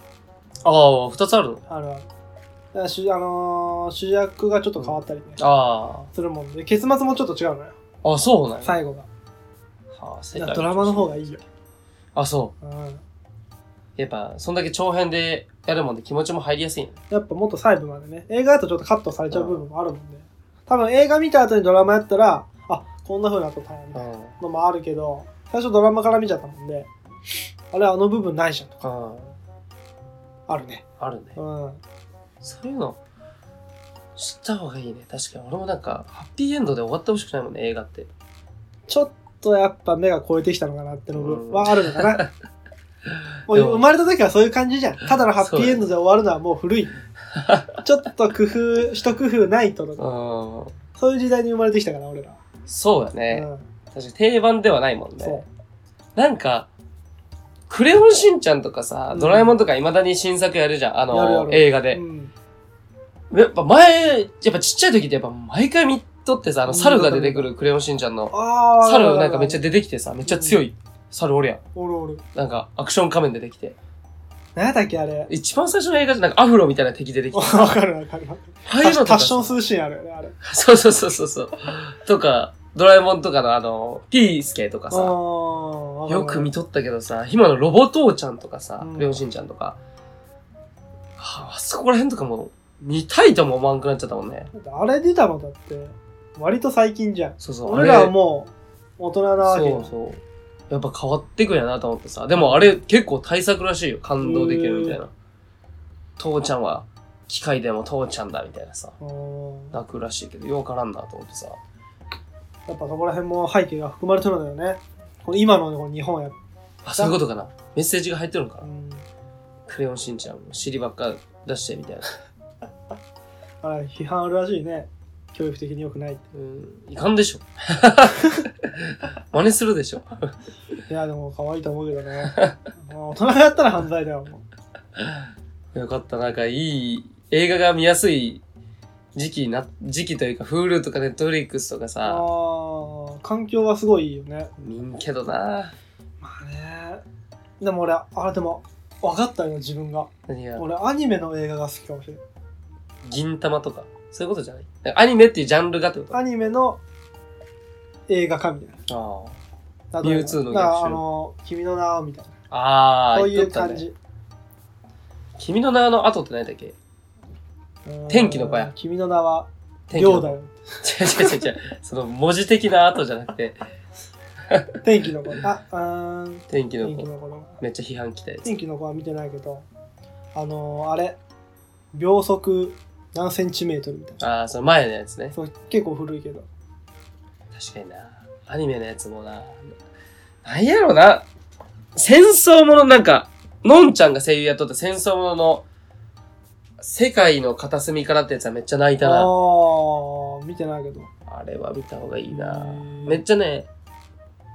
S1: ああ、二つあるの
S2: あるある。だから主あのー主役がちょっと変わったりね、
S1: あ
S2: するもんで、結末もちょっと違うのよ、
S1: あ。あ、そうなんや。
S2: 最後が。
S1: はあ、世
S2: だか
S1: 界
S2: らドラマの方がいいよ。
S1: あ、そ
S2: うん、
S1: う。やっぱ、そんだけ長編でやるもんで気持ちも入りやすいんや
S2: やっぱもっと細部までね、映画だとちょっとカットされちゃう部分もあるもんで、多分映画見た後にドラマやったら、あこんな風になっとったんやみたいな
S1: うん。
S2: のもあるけど、最初ドラマから見ちゃったもんで、あれあの部分ないじゃんとか、
S1: あ
S2: あるね。
S1: あ、あるね。
S2: うん。
S1: そういうの、知った方がいいね。確かに。俺もなんか、ハッピーエンドで終わってほしくないもんね、映画って。
S2: ちょっとやっぱ目が超えてきたのかなっての
S1: うん
S2: はあるのか
S1: (laughs)
S2: な。もう
S1: でも
S2: 生まれた時はそういう感じじゃん。ただのハッピーエンドで終わるのはもう古
S1: (laughs)
S2: い。ちょっと工夫、一工夫ないととか、
S1: うん。
S2: そういう時代に生まれてきたから、俺ら。
S1: そうだ
S2: う
S1: ね。
S2: ん、
S1: 確かに定番ではないもん
S2: そ
S1: ね。なんか、クレヨンしんちゃんとかさ、
S2: うん
S1: ドラえもんとか未だに新作やるじゃん。あ
S2: やるや
S1: の、
S2: る
S1: 映画
S2: う。
S1: で
S2: う。ん、
S1: やっぱ前、やっぱちっちゃい時ってやっぱ毎回見とってさ、あの
S2: うん
S1: 猿が出てくるクレヨンしんちゃんの、
S2: ああ。
S1: 猿なんかめっちゃ
S2: ゃ。
S1: 出てきてさ、めっちゃ強い猿おるやん。
S2: おるおる。
S1: なんかアクション仮面出てきて。
S2: 何やったっけ、
S1: (laughs)
S2: あれ。
S1: 一番最初の映画じゃなんかアフロみたいな敵出てきて。あ
S2: わかるわかる。
S1: あ
S2: タ
S1: いうのと
S2: ッタ
S1: か
S2: ッションするシーンあるよね、あれ。
S1: そうそうそうそうそう。とか、ドラえもんとかのあの、ピースケとかさ、
S2: あ
S1: よく見
S2: た。
S1: とったけどさ、今のロボ父ちゃんとかさ
S2: う、ん
S1: クレヨンしんちゃんとか、はああそこら辺とかも見たいとも思わんくなっちゃったもんね。
S2: だってあれ出たのだって、割と最近じゃん。
S1: そうそう。
S2: 俺ら
S1: あ
S2: は
S1: れ
S2: もう大人なわけよ
S1: そうそう。やっぱ変わってくんやなと思ってさ。でもあれ結構対策らしいよ。感動できるみたいな。父ちゃんは機械でも父ちゃんだみたいなさ。
S2: うんやっ
S1: 泣くらしいけど、ようわからんなと思ってさ。
S2: ぱそこら辺も背景が含まれてるんだよね。この今のこの日本や、
S1: あ、そういうことかな。メッセージが入ってるのか
S2: う
S1: な。
S2: ん、
S1: クレヨンしんちゃん、尻ばっか出してみたいな。
S2: あれ批判あるらしいね。教育的に良くないっ
S1: うん、いかんでしょ。 (laughs) 真似するでしょ。
S2: て。いや、でも可愛いと思うけ
S1: (laughs)
S2: どね。もう大人がやったら犯罪だよ。も
S1: よかった。なんかいい、映画が見やすい時期な、時期というか、Hulu とか Netflix とかさ、
S2: うああ、環境はすごいいいよね。
S1: 見んけどな。
S2: まあね。でも俺、あれでも、分かったよ、自分が。
S1: 何が。
S2: 俺、アニメの映画が好きかもしれない。
S1: 銀玉とか、そういうことじゃないなんかアニメっていうジャンルがってこと
S2: アニメの映画化みたいな。
S1: あ
S2: 例えば
S1: ミュウツーの逆襲
S2: だからあの、君の名をみたいな。
S1: あ。ああ、
S2: そうい
S1: 言っ
S2: う
S1: とったね
S2: 感。じ。
S1: 君の名の後って何だっけ天気の子や
S2: うん君の名は、
S1: 天気
S2: りょ
S1: の
S2: うだ
S1: (laughs)
S2: よ。
S1: 違う違う違う違う。その文字的な後じゃなくて、
S2: 天気の
S1: (laughs)
S2: 子。あ、うーん。
S1: 天気の
S2: 天気
S1: 子。
S2: の子の。
S1: めっちゃ批判来たやつ。
S2: 天気の子は見てないけど、あのー、あれ、秒速何センチメートルみたいな。
S1: ああ、その前のやつね。
S2: そう結構古いけど。
S1: 確かにな。アニメのやつもな。なんやろな。戦争ものなんか、のんちゃんが声優やっとった戦争ものの、世界の片隅からってやつはめっちゃ泣いた
S2: あ
S1: な。
S2: ー、見てないけど。
S1: あれは見た方がいいな。
S2: うん
S1: めっちゃね、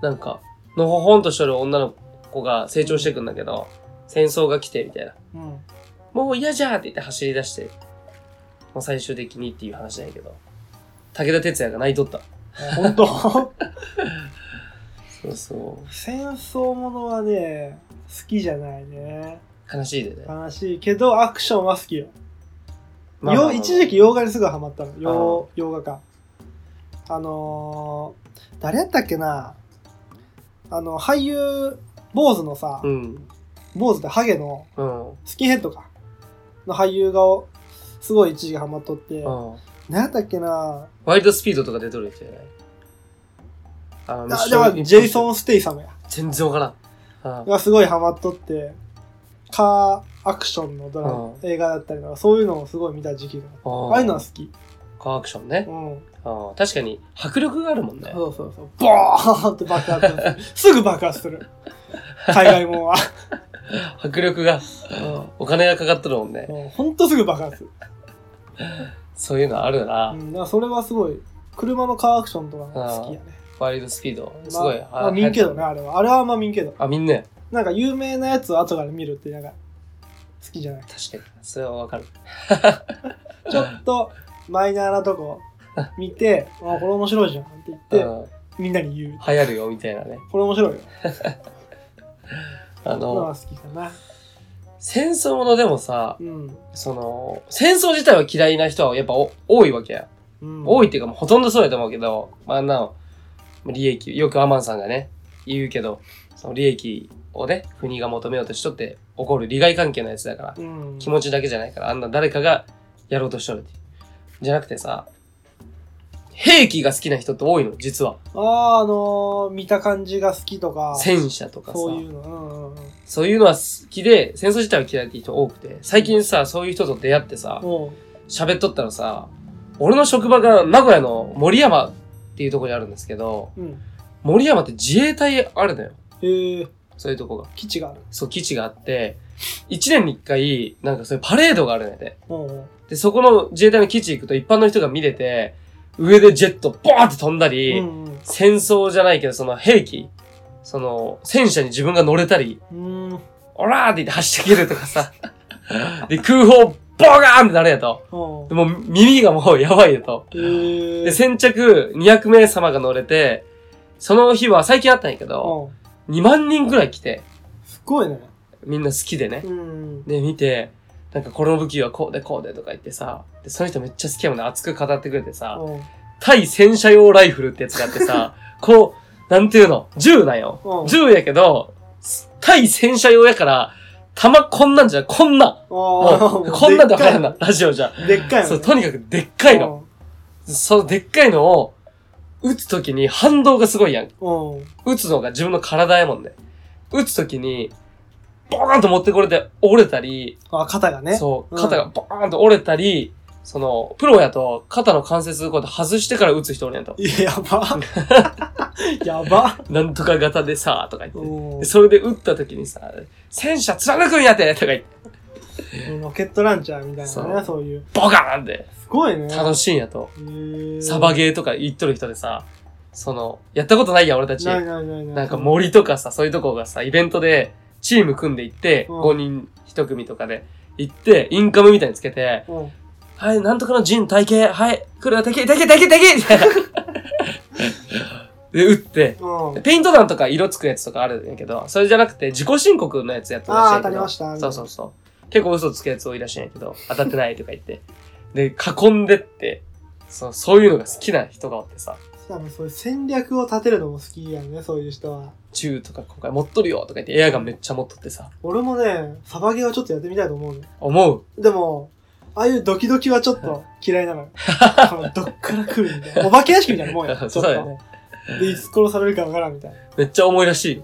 S1: なんか、のほほんとしとる女の子が成長していくんだけど、戦争が来てみたいな。
S2: うん。
S1: もう嫌じゃーって言って走り出して、まあ、最終的にっていう話なんやけど、武田鉄矢が泣いとった。
S2: あ本当 (laughs)
S1: そうそ
S2: 戦争ものはね、好きじゃないね。
S1: う。悲しいでね。
S2: 悲しいけど、アクションは好きよ。
S1: まあまあま
S2: よ
S1: あ
S2: 一時期洋画にすぐハマったの。洋洋画か。あのー、誰やったっけなあの、俳優、坊主のさ、
S1: うん。
S2: 坊主でハゲの
S1: うん。うん。
S2: スキンヘッドか。の俳優がを、すごい一時期ハマっとって。何やったっけな
S1: ワイルドスピードとか出とるやつじゃないあの
S2: あ、でも、ジェイソ
S1: ン。
S2: ン・ステイサムや。
S1: 全然わからん。うん
S2: がすごいハマっとって、カーアクションのドラマ、
S1: う
S2: 映画だったりとか、そういうのをすごい見た時期があった。ああいうのは好き。
S1: カーアクションね
S2: う。ん。
S1: うん確かに迫力があるもんね。
S2: そうそうそう。ボーンって爆発する。すぐ爆発する。海外もんは。
S1: 迫力が、お金がかかっとるもんね。
S2: うんほんとすぐ爆発する。
S1: そういうのある
S2: う
S1: な。
S2: ん、だからそれはすごい、車のカーアクションとかが好きやね。
S1: ワイルドスピード。すごい。
S2: まあ、まあ、見んけどね、あれは。あれはあんま見んけど。
S1: あ、みんなや
S2: なんか有名なやつを後から見るって、なんか、好きじゃない。
S1: 確かに。それはわかる。
S2: ちょっと、マイナーなとこ
S1: (laughs)
S2: 見て、あ、これ面白いじゃんって
S1: うん。
S2: 言って、
S1: 流
S2: みんなに言う。
S1: 行るよ、みたいなね。
S2: これ面白いよ。
S1: あ
S2: のは
S1: の、
S2: 好きかな。
S1: 戦争ものでもさ
S2: う、ん。
S1: その、戦争自体は嫌いな人はやっぱお多いわけや。
S2: うん、
S1: 多
S2: い。
S1: いっていうかもうほとんどそうやと思うけど、まあ、あんなの利益、よくアマンさんがね、言うけど、その利益をね、国が求めようとしとって起こる利害関係のやつだから、
S2: うん。
S1: 気持ちだけじゃないから、あんな誰かがやろうとしとるっていう。じゃなくてさ、兵器が好きな人って多いの、実は。
S2: ああ、あのー見た感じが好きとか、
S1: 戦車とかさ、
S2: そ
S1: そうう
S2: い
S1: いう
S2: うの。うんうんうん。
S1: のは好きで、戦争自体は嫌いっていう人多くて、最近さ、そういう人と出会ってさ、
S2: も
S1: 喋っとったらさ、俺の職場が名古屋の森山っていうところにあるんですけど、
S2: う、うん。
S1: 森山って自衛隊あるのよ。
S2: えー、
S1: そういうとこが。
S2: 基地がある。
S1: そう、基地があって、一年に一回、なんかそういうパレードがあるのよね。
S2: うんうん。
S1: で、そこの自衛隊の基地行くと一般の人が見れて、上でジェットボーンって飛んだり、
S2: うん
S1: 戦争じゃないけど、その兵器、その戦車に自分が乗れたり、
S2: うん。うん。
S1: オラーって言って走ってけるとかさ、 (laughs) で、空砲ボガーンってなるやと。
S2: うん
S1: でもう耳がもうやばいやと。
S2: えー、
S1: で、先着200名様が乗れて、その日は最近あったんやけど、
S2: うん。
S1: 2万人くらい来て、
S2: すごいね。
S1: みんな好きでね。
S2: うん。
S1: で、見て、なんかこの武器はこうでこうでとか言ってさ、で、その人めっちゃ好きやもんね、熱く語ってくれてさ、
S2: うん。
S1: 対戦車用ライフルってやつがあって
S2: (laughs)
S1: さ、こう、なんていうの、銃なんよ。
S2: うん
S1: 銃やけど、す対戦車用やから、弾こんなんじゃない、こんな。もうこんなんでわからんな、ラジオじゃ。
S2: でっかいの。
S1: そう、
S2: でっか
S1: とにかくでっかい
S2: い
S1: の。
S2: のね。
S1: そのでっかいのを、撃つときに反動がすごいやん。
S2: うん。うん
S1: 撃つのが自分の体やもんね。撃つときに、ボーンと持ってこれて折れたり、
S2: あ、肩がね。
S1: そう、
S2: うん
S1: 肩がバーンと折れたり、その、プロやと肩の関節こうやって外してから打つ人おるやんと。
S2: いや、や
S1: (laughs)
S2: ば。やば。
S1: なんとか型でさ、とか言って。
S2: うん
S1: でそれで打った時にさ、戦車貫くんやてとか言って、
S2: ロケットランチャーみたい
S1: そう
S2: なね、そういう。
S1: ボカーンって、
S2: すごいね。
S1: 楽しいんやと。
S2: へー
S1: サバゲーとか言っとる人でさ、その、やったことないやん、俺たち。
S2: ないないないない。
S1: なんか森とかさ、そういうとこがさ、イベントでチーム組んで行って、
S2: うん
S1: 5人1組とかで行って、インカムみたいにつけて、
S2: うん。うん。
S1: はい、なんとかの陣、体型、はい、黒、体型、体型、体型、体型みたいな。で、打って、ペイント弾とか色つくやつとかあるんやけど、それじゃなくて自己申告のやつやったらしいん
S2: ああ、
S1: や
S2: 当た
S1: け
S2: り
S1: ど。
S2: ました。
S1: そうそうそう。結構嘘つくやつ多いらしいんやけど、当たってないとか言って。 (laughs) で、囲んでって、そう、そういうのが好きな人がおってさ、
S2: しかもそういう戦略を立てるのも好きやね、そういう人は。
S1: 銃とか今回持っとるよとか言ってエアガンめっちゃ持っとってさ、
S2: 俺もね、サバゲーはちょっとやってみたいと思うね。
S1: 思う。
S2: でも、ああいうドキドキはちょっと嫌いなの
S1: (laughs)
S2: よ。このどっから来るみたいな。お化け屋敷みたいなもんや。ちょっ
S1: そ
S2: と
S1: うだよ
S2: ね。で、いつ殺されるかわからんみたいな。
S1: めっちゃ重いらしい。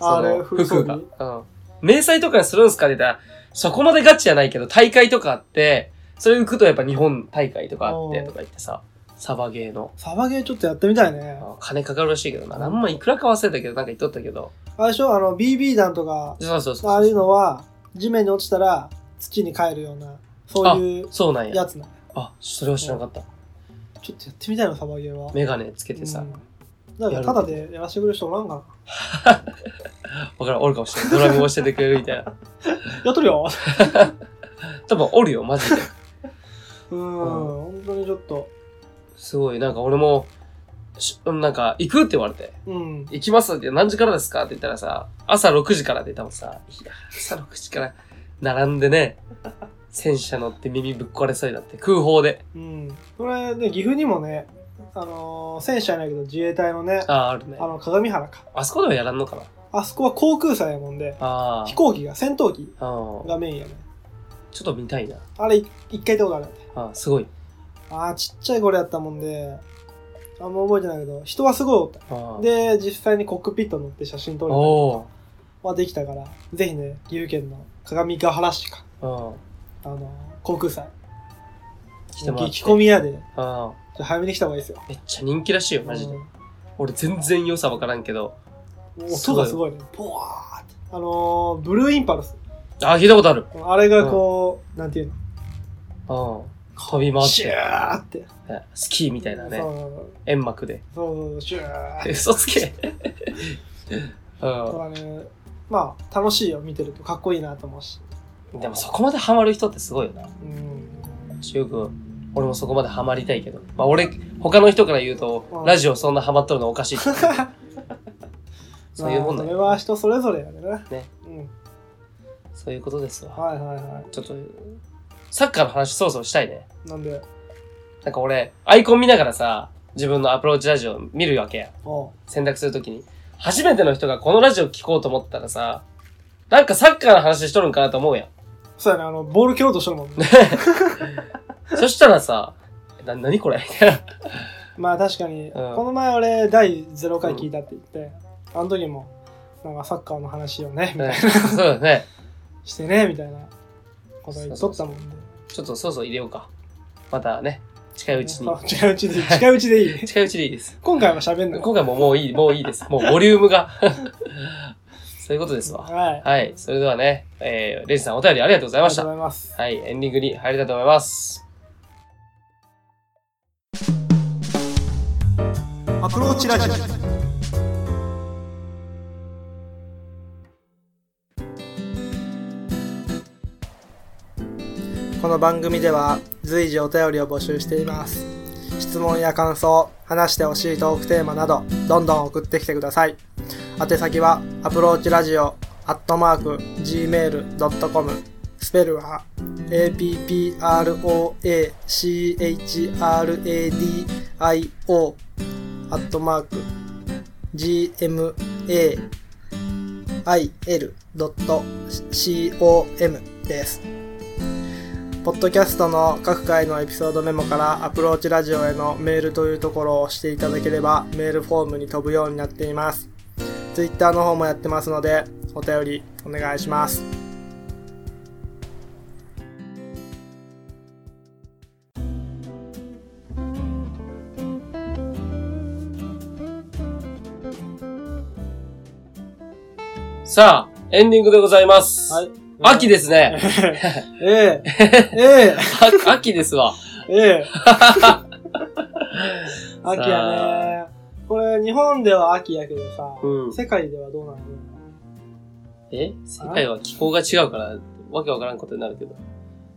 S2: あれ、
S1: 服
S2: 服装
S1: が。
S2: 着
S1: うん。迷彩とかにするんすかって言ったら、そこまでガチじゃないけど、大会とかあって、それ行くとやっぱ日本大会とかあって
S2: おー
S1: とか言ってさ、サバゲーの。
S2: サバゲーちょっとやってみたいね。
S1: あ金かかるらしいけどな。何万いくらか忘れたけど、なんか言っとったけど。
S2: あれでしょあの、BB 弾とか、
S1: そうそうそう。
S2: ああいうのは、地面に落ちたら土に帰るような、そういう
S1: そうなんや。
S2: やつなの。
S1: あ、それは知らなかった。
S2: ちょっとやってみたいな、サバゲーは。
S1: メガネつけて
S2: う
S1: さ
S2: ん。なんか、ただでやらせてくれる人おらんか
S1: わからん、おるかもしれない。ドラムを教えてくれるみたいな。 (laughs)
S2: な。やっとるよ。
S1: 多分おるよ、マジで。
S2: うん、本当にちょっと。
S1: すごい、なんか俺も、しなんか、行くって言われて。
S2: うん。
S1: 行きますって何時からですかって言ったらさ、朝6時からって言ったもんさ、いや、朝6時から並んでね、戦車乗って耳ぶっ壊れそうになって、空砲で。
S2: うん。これ、ね、岐阜にもね、あのー戦車やないけど自衛隊のね、
S1: ああ、あるね
S2: あ。の、鏡原か。
S1: あそこではやらんのかな
S2: あそこは航空祭やもんで、
S1: ああ。
S2: 飛行機が、戦闘機
S1: うん
S2: がメインやね。
S1: ちょっと見たいな。
S2: あれ、い一回行ったことある。
S1: ああ、すごい。
S2: あーちっちゃい頃やったもんで、あんま覚えてないけど、人はすごいおった。
S1: ああ
S2: で、実際にコックピット乗って写真撮る
S1: おお。
S2: はできたから、ぜひね、岐阜県の鏡ヶ原市か、
S1: うん。
S2: あの、航空祭、
S1: 来てもらって
S2: 激込み屋で、ちょ
S1: あ
S2: っと早めに来た方がいいですよ
S1: あ。。めっちゃ人気らしいよ、マジで
S2: う。ん
S1: 俺全然良さわからんけど。
S2: 音がすごいね。ボワーって。あのー、ブルーインパルス。
S1: ああ、聞いたことある。
S2: あれがこう、なんていう
S1: うん。飛び
S2: の
S1: 回っ
S2: シュ
S1: て。
S2: ーって。
S1: ねスキーみたいなね
S2: そ。う
S1: 煙幕で。
S2: そうそうそう、シューっ
S1: (laughs)
S2: て。
S1: 嘘つけ。
S2: だ
S1: う
S2: からね、まあ、楽しいよ、見てると。かっこいいなと思うし。
S1: ん。でもそこまでハマる人ってすごいよな。
S2: うん。
S1: よく、俺もそこまでハマりたいけど。まあ俺、他の人から言う
S2: う
S1: と
S2: ん、
S1: ラジオそんなハマっとるのおか (laughs) しいって。 (laughs) そういうもん
S2: ま
S1: だ
S2: あそれ
S1: よ。
S2: は人それぞれやでね。
S1: ね。
S2: うん。
S1: そういうことですわ。
S2: はいはいは
S1: ちょっと、サッカーの話そろそろしたいね。
S2: い。なんで、
S1: なんか俺、アイコン見ながらさ、自分のアプローチラジオ見るわけや。
S2: おう
S1: 選択するときに。初めての人がこのラジオ聞こうと思ったらさ、なんかサッカーの話しとるんかなと思うやん。
S2: そうやね、あの、ボール蹴ろうとしてるもんね。
S1: そしたらさ、な、なにこれ (laughs) みたいな。
S2: まあ確かに、
S1: ん
S2: この前俺、第0回聞いたって言って、あの時も、なんかサッカーの話をね、みたいな。
S1: そうだね。
S2: してね、みたいなこと言っとったもんね。
S1: ちょっとそうそう入れようか。またね、近いうちに。
S2: あ (laughs) 近いうちで、近いうちでいい。
S1: 近いうちでいいです。
S2: 今回は喋んない。
S1: 今回ももういい、もういいです。もうボリュームが。 (laughs) そういうことですわ。
S2: はい。
S1: はい。それではね、えー、レイジさんお便りありがとうございまし
S2: ありがとうご
S1: た。
S2: ざいます。
S1: はい。エンディングに入りたいと思います。
S2: アプローチラジオ。この番組では随時お便りを募集しています。質問や感想、話してほしいトークテーマなど、どんどん送ってきてください。宛先は、アプローチラジオ、アットマーク、gmail.com、スペルは、approachradio、アットマーク、gmail.com です。ポッドキャストの各回のエピソードメモからアプローチラジオへのメールというところを押していただければメールフォームに飛ぶようになっています。ツイッターの方もやってますのでお便りお願いします。
S1: さあ、エンディングでございます。
S2: はい。
S1: 秋ですね。
S2: ええ、ええ、
S1: あ秋ですわ。
S2: ええ。
S1: (laughs)
S2: 秋やね。これ日本では秋やけどさ、
S1: うん
S2: 世界ではどうなの
S1: え世界は気候が違うから、わけわからんことになるけど。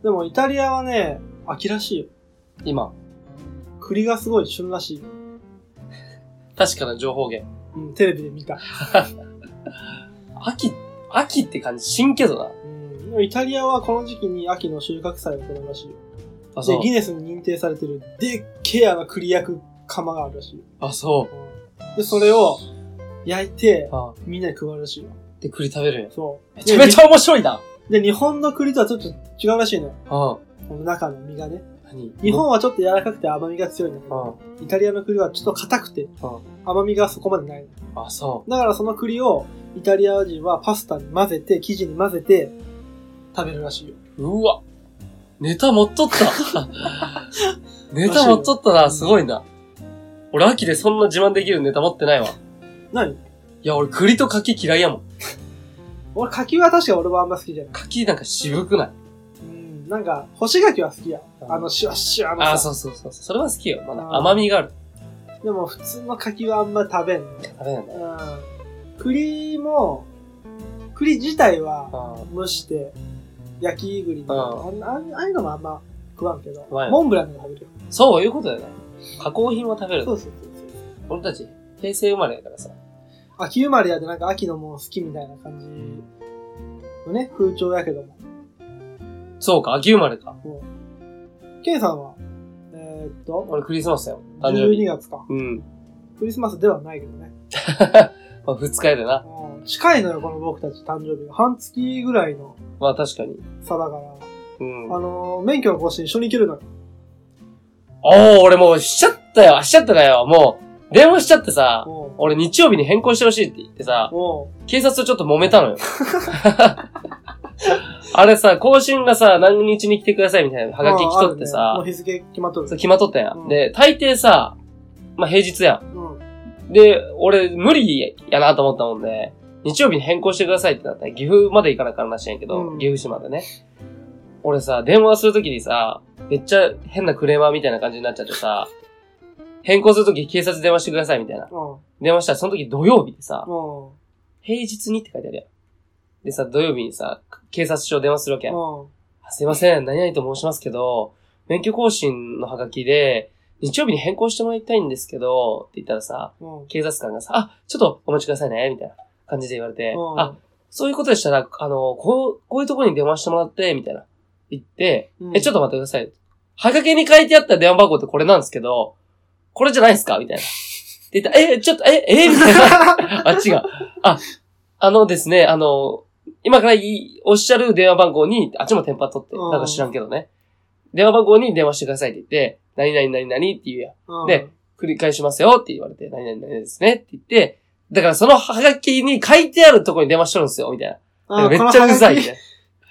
S2: でもイタリアはね、秋らしいよ。
S1: 今、
S2: 栗がすごい旬らしいよ。
S1: 確かな情報源。
S2: うん、テレビで見た。
S1: 秋、秋って感じ、新けどな。
S2: うん、でもイタリアはこの時期に秋の収穫祭を行うらしいよ。
S1: あ、そ
S2: で
S1: う、。
S2: ギネスに認定されてるでっけえあの栗焼く釜があるらしいよ。
S1: あ、そ
S2: うん、で、それを焼いて
S1: う。、あ、
S2: みんなに配るらしいよ。
S1: で、栗食べるんや。
S2: そう。
S1: めちゃめち
S2: ゃ
S1: ゃ面白いな。
S2: で、日本の栗とはちょっと違うらしいのよ。
S1: うん。
S2: あこの中の身がね。
S1: 何
S2: 日本はちょっと柔らかくて甘みが強いんだけ
S1: う
S2: ど、イタリアの栗はちょっと硬くて
S1: ん。うん。
S2: 甘みがそこまでない。
S1: あ、そ
S2: だからその栗をイタリア人はパスタに混ぜて、生地に混ぜて食べるらしいよ。
S1: う。うわ。ネタ持っとった
S2: (laughs)
S1: ネタ持っとったな、すごいな。俺、秋でそんな自慢できるネタ持ってないわ。い
S2: 何
S1: や、俺、栗と柿嫌いやもん。
S2: 俺柿は確か俺はあんま好きじゃない。
S1: 柿なんか渋くない
S2: うん、なんか、干し柿は好きや。あの、シュワシュワの
S1: あ、
S2: さ。
S1: そうそうそう。それは好きよ。ま
S2: あ
S1: だ
S2: ー
S1: 甘みがある。
S2: でも普通の柿はあんま食べんね。
S1: 食べないね。
S2: うん。栗も、栗自体は
S1: あー
S2: 蒸して、焼き栗
S1: あ
S2: の、あんあんああいうのもあんま食わんけど
S1: 食わん、よ
S2: モンブランでも食べるよ。
S1: そういうことだよね。加工品は食べる
S2: そ。うそうそうそう。
S1: 俺たち、平成生まれやからさ。
S2: 秋生まれやでなんか秋のもう好きみたいな感じのね、風潮やけども。
S1: そうか、秋生まれか。
S2: ケンさんは、えーっと、
S1: 俺クリスマスだよ。誕生日。
S2: 12月か。
S1: うん。
S2: クリスマスではないけどね。
S1: まあ、二日やでな。
S2: うん近いのよ、この僕たち誕生日が。半月ぐらいの
S1: まあ、確かに。
S2: 差だから。
S1: うん。
S2: あのー、免許の更新一緒に行けるのよ。
S1: おー、俺もうしちゃったよ、しちゃっただよ。もう、電話しちゃってさ、
S2: おう
S1: 俺日曜日に変更してほしいって言ってさ、
S2: おう
S1: 警察とちょっと揉めた
S2: (laughs)
S1: のよ。あれさ、更新がさ、何日に来てくださいみたいなハガキ来とって
S2: あああるねも
S1: さ
S2: う、日付決まっとる。
S1: そう決まっとったや。
S2: うんん
S1: で、大抵さ、まあ平日やん。
S2: うん。
S1: で、俺無理やなと思ったもんで、日曜日に変更してくださいってなったら、岐阜まで行かなあかんらしいんやけど、
S2: うん
S1: 岐阜市までね。俺さ、電話するときにさ、めっちゃ変なクレーマーみたいな感じになっちゃってさ、変更するとき警察電話してくださいみたいな。
S2: うん。
S1: 電話したらその時土曜日でさ、
S2: うん。
S1: 平日にって書いてあるやん。でさ、土曜日にさ、警察署電話するわけやん。
S2: うん。
S1: あすいません、何々と申しますけど、免許更新のハガキで、日曜日に変更してもらいたいんですけど、って言ったらさ、
S2: うん。
S1: 警察官がさ、あ、ちょっとお待ちくださいね、みたいな感じで言われて、
S2: うん
S1: あ、そういうことでしたら、あの、こう、こういうところに電話してもらって、みたいな。言って、え、ちょっ
S2: と。
S1: と待ってください。はがけに書いてあった電話番号ってこれなんですけど、これじゃないですかみたいな。って言ったら、え、ちょっと、え、えみたいな。 (laughs) あっちが。あ、あのですね、あの、今からいいおっしゃる電話番号に、あっちもテンパ取って、
S2: うん
S1: なんか知らんけどね。電話番号に電話してくださいって言って、何々何々って言うやん。
S2: (laughs) うん
S1: で、繰り返しますよって言われて、何々何々ですねって言って、だからそのハガキに書いてあるところに電話しとるんですよ、みたいな。
S2: あ
S1: めっちゃうざいみ
S2: こ
S1: たい
S2: のハガキ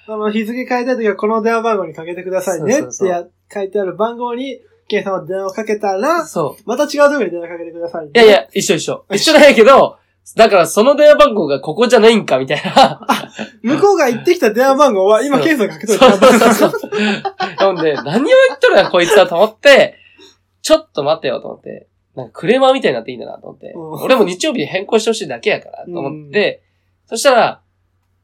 S2: あの、日付変えたい時はこの電話番号にかけてくださいね
S1: そう
S2: っ
S1: そう
S2: て
S1: そう
S2: や書いてある番号に、ケイさんは電話をかけた
S1: な。
S2: ら、
S1: そ
S2: また違うとこに電話かけてくださいね。
S1: う。いやいや、一緒一緒。一緒なんやけど、だからその電話番号がここじゃないんか、みたいな。
S2: 向こうが言ってきた電話番号は、今
S1: そう
S2: ケイさんがかけと
S1: そう
S2: いた
S1: そうそう。ほんで、何を言っとるやこいつはと思って、ちょっと待ってよと思って、なんかクレーマーみたいになっていいんだなと思って、
S2: うん
S1: 俺も日曜日に変更してほしいだけやからと思って、そしたら、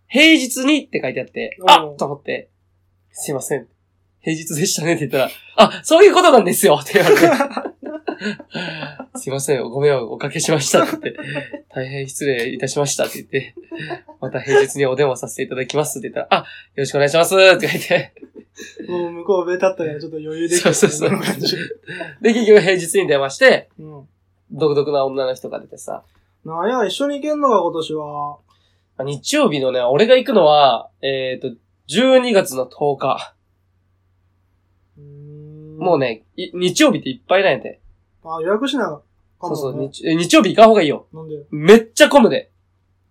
S1: 平日にって書いてあって、
S2: うん
S1: あっと思って、すいません。平日でしたねって言ったら、あ、そういうことなんですよって言われて、すいません、ご迷惑おかけしましたって言って、大変失礼いたしましたって言って、また平日にお電話させていただきますって言ったら、あ、よろしくお願いしますって言って、
S2: もう向こう上立ったからちょっと余裕でき
S1: そう
S2: た
S1: そうそう
S2: この感じ
S1: で、結局平日に電話して、
S2: うん。
S1: 独特な女の人が出てさ、
S2: なんや、一緒に行けんのか、今年は。
S1: まあ日曜日のね、俺が行くのは、えっ、と、12月の10日。も
S2: も
S1: う。ね、い日曜日っていっぱいなんやて。
S2: あ、予約しなかった
S1: そ
S2: も
S1: うん
S2: ね。
S1: そう、日え日曜日行かん方がいいよ。
S2: なんで
S1: めっちゃ混むで。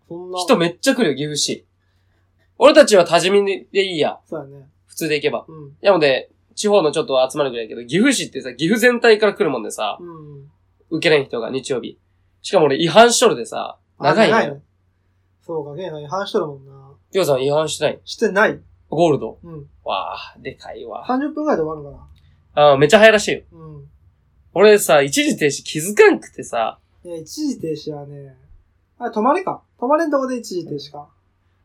S2: そんな。
S1: 人めっちゃ来るよ、岐阜市。俺たちは多治見でいいや。
S2: そうやね。
S1: 普通で行けば。
S2: うん。
S1: なので、地方のちょっと集まるぐらいやけど、岐阜市ってさ、岐阜全体から来るもんでさ、
S2: うん。
S1: 受けれん人が日曜日。しかも俺違反しとるでさ、長い
S2: あ
S1: の
S2: 長
S1: よ。
S2: ね。そうか、ゲイさん違反しとるもんな。
S1: りょうさん違反してない。
S2: してない
S1: ゴールド。
S2: うん。
S1: わあ、でかいわ。
S2: 30分ぐらいで終わるか
S1: ああ、めっちゃ早いらしいよ。
S2: な。うん。
S1: 俺さ、一時停止気づかんくてさ、
S2: いや、一時停止はね、あ、止まれか。止まれんとこで一時停止か。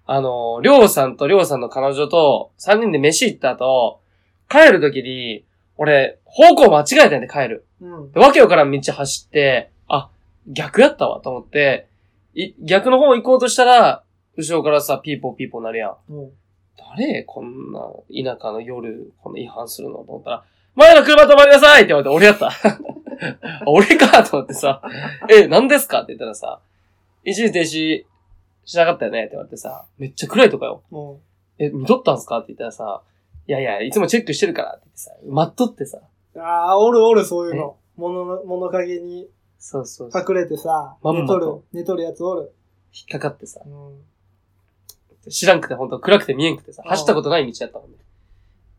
S1: あのー、りょうさんとりょうさんの彼女と、三人で飯行った後、帰る時に、俺、方向間違えたんで帰る。
S2: うん。
S1: でわけわからん道走って、あ、逆やったわ、と思って、い、逆の方行こうとしたら、後ろからさ、ピーポーピーポーなるやん。
S2: も
S1: 誰こんな、田舎の夜、この違反するのと思ったら、前の車止まりなさいって言われて、俺やった。 (laughs) あ俺かと思ってさ、え、何ですかって言ったらさ、一時停止しなかったよねって言われてさ、めっちゃ暗いとかよ。
S2: う、も
S1: え、見とったんすかって言ったらさ、いやいや、いつもチェックしてるからって言ってさ、待っとってさ。
S2: ああ、おるおる、そういうの。物の、物陰に
S1: そうそうそう。
S2: 隠れてさ、
S1: まん
S2: 寝
S1: まと
S2: とる、寝とるやつおる。
S1: 引っかかってさ。
S2: うん。
S1: 知らんくて、本当暗くて見えんくてさ、
S2: うん
S1: 走ったことない道だったもんね。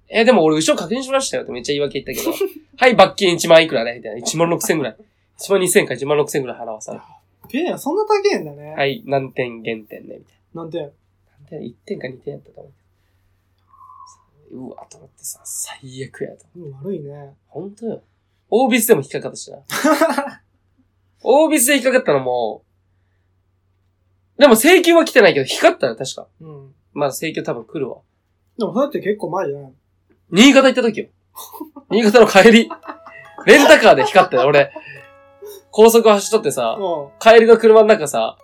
S1: えーでも俺後ろ確認しましたよってめっちゃ言い訳言ったけど、 (laughs) はい、罰金1万いくらね、みたいな。1万6千ぐらい。1万2千か1万6千ぐらい払わされて。
S2: ええやん、そんな高えんだね。
S1: はい、何点減点ね、みたい
S2: なんて。
S1: な。何点 ?1 点か2点やったと思う。うわ、と思ってさ、最悪やと。
S2: うん悪いね。
S1: ほんとよ。オービスでも引っかかったし
S2: (laughs)
S1: な。オービスで引っかかったのも、でも請求は来てないけど、光ったら確か。
S2: うん。
S1: まあ請求多分来るわ。
S2: でも、そうやって結構前じゃないの
S1: 新潟行った時
S2: (laughs)
S1: よ。新潟の帰り。レンタカーで光ったよ、俺。高速走っとってさ、
S2: うん。
S1: 帰りの車の中さ、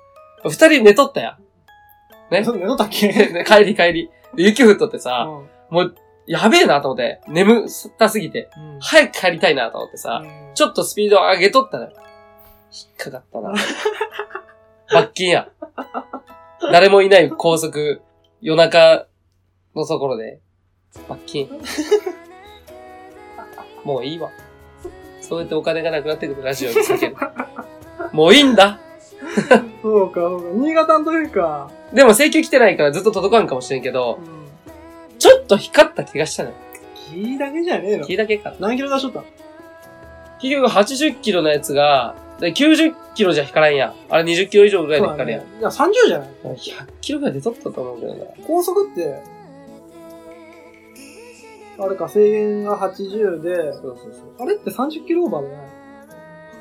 S1: 二人寝とったやん。え
S2: えそう寝とったっけ
S1: で帰り帰り。で雪降っとって
S2: う
S1: さ、
S2: ん。うん。
S1: もう、やべえなと思って、眠ったすぎて、早く帰りたいなと思ってさ、ち
S2: ょっ
S1: ょっとスピード上げとったのよ。引っかかったな。罰金や。誰もいない高速、夜中のところで、罰金。もういいわ。そうやってお金がなくなってくるラジオに避ける。もういいんだ。
S2: そうか、そうか。新潟の時か。
S1: でも請求来てないからずっと届かんかもしれんけど
S2: う、ん。
S1: ちょっと光った気がしたのよ。
S2: 木だけじゃねえの
S1: 気。だけか。
S2: 何キロ出しとった
S1: 結局80キロのやつが、で90キロじゃ光らんやん。あれ20キロ以上ぐらいで光るやん。
S2: いや、30じゃない
S1: 100キロぐらいで撮ったと思うけどな。
S2: 高速って、あれか、制限が80で、
S1: そうそうそう。
S2: あれって30キロオーバーだね。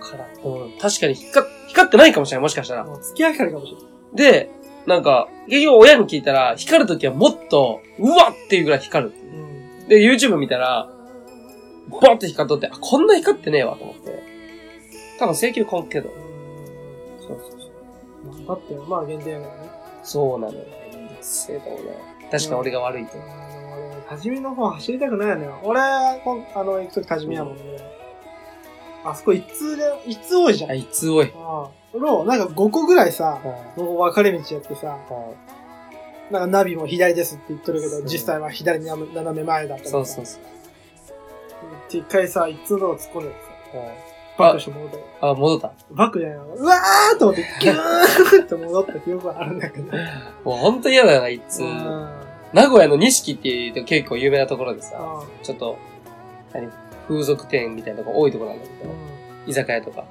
S1: から。うん。確かに光っ光ってないかもしれない、もしかしたら。
S2: もう月明かりかもしれない。
S1: で、なんか、結局親に聞いたら、光るときはもっと、うわっていうぐらい光るっていう
S2: うん。
S1: で、YouTube 見たら、バーって光っとって、あ、こんな光ってねえわと思って。多分請求来んけど。そうそうそう。
S2: まあ、だって、まあ限定やからね。
S1: そうなのよ。せえだもんな。確か俺が悪いと。
S2: うん多治見の方走りたくないよね。俺、こんあの、行くとき多治見やもんね。あそこ一通で、一通多いじゃん。
S1: あいつおい。
S2: ああ。の、なんか5個ぐらいさ、
S1: は
S2: もう分かれ道やってさ、
S1: いは
S2: なんかナビも左ですって言っとるけ
S1: そう
S2: ど、実際は左に斜め前だった
S1: いそうそう
S2: そ。
S1: そう
S2: 一回さ、一通のを突っ込んでさ、
S1: う。はい
S2: バックして戻った。
S1: あ、戻った。
S2: バックじゃないのうわーと思って、ギューって戻った記憶があるんだけど。
S1: もうほんと嫌だよな、いつ。
S2: うん。
S1: 名古屋の錦っていう結構有名なところでさ、
S2: あ
S1: ちょっと、何風俗店みたいなとこ多いとこなんだけ
S2: う
S1: ど、
S2: ん
S1: 居酒屋とか。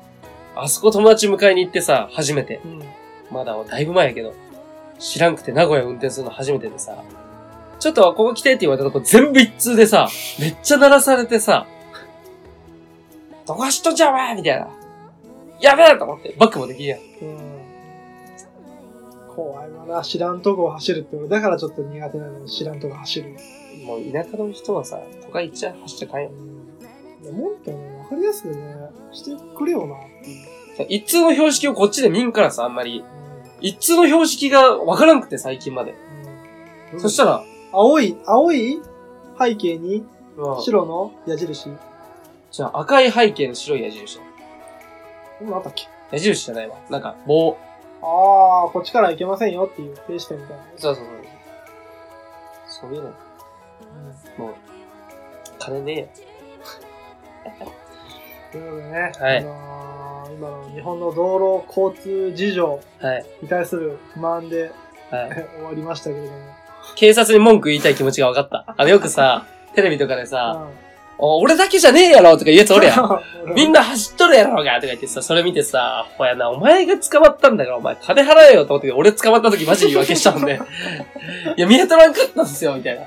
S1: あそこ友達迎えに行ってさ、初めて。
S2: うん。
S1: まだだいぶ前やけど、知らんくて名古屋運転するの初めてでさ、ちょっとここ来てって言われたとこ全部一通でさ、めっちゃ鳴らされてさ、どこ走っとんじゃお前みたいな。やべえと思って、バックもできんやん。
S2: うん怖いわな、知らんとこ走るって俺、だからちょっと苦手なの、知らんとこ走る。
S1: もう田舎の人はさ、都会行っちゃ走っちゃかんよ
S2: う。ん、でももっとね、わかりやすくね、してくれよなっていう。
S1: 一通の標識をこっちで見んからさ、あんまり。
S2: う
S1: 一通の標識がわからんくて、最近まで。
S2: んうん
S1: そしたら、
S2: 青い、青い背景に
S1: うん
S2: 白の矢印。
S1: じゃあ赤い背景の白い矢印。
S2: うん、あったっけ
S1: 矢印じゃないわ。なんか、棒。
S2: ああ、こっちから行けませんよっていう停止点みたいな。
S1: そうそうそう。そういうの、
S2: うん
S1: もう、金ね
S2: ということでね、
S1: はい
S2: あのー今の日本の道路交通事情
S1: えよ。はい。
S2: に対する不満で (laughs)
S1: はい。
S2: 終わりましたけれども。
S1: 警察に文句言いたい気持ちが分かった。あの、よくさ、テレビとかでさ、
S2: うん
S1: お俺だけじゃねえやろとか言うやつおるやん。
S2: (laughs) うん
S1: みんな走っとるやろうがとか言ってさ、それ見てさ、ほやな、お前が捕まったんだから、お前金払えよと思って、俺捕まった時マジ言い訳したもんね。いや、見当たらんかったんですよ、みたいな。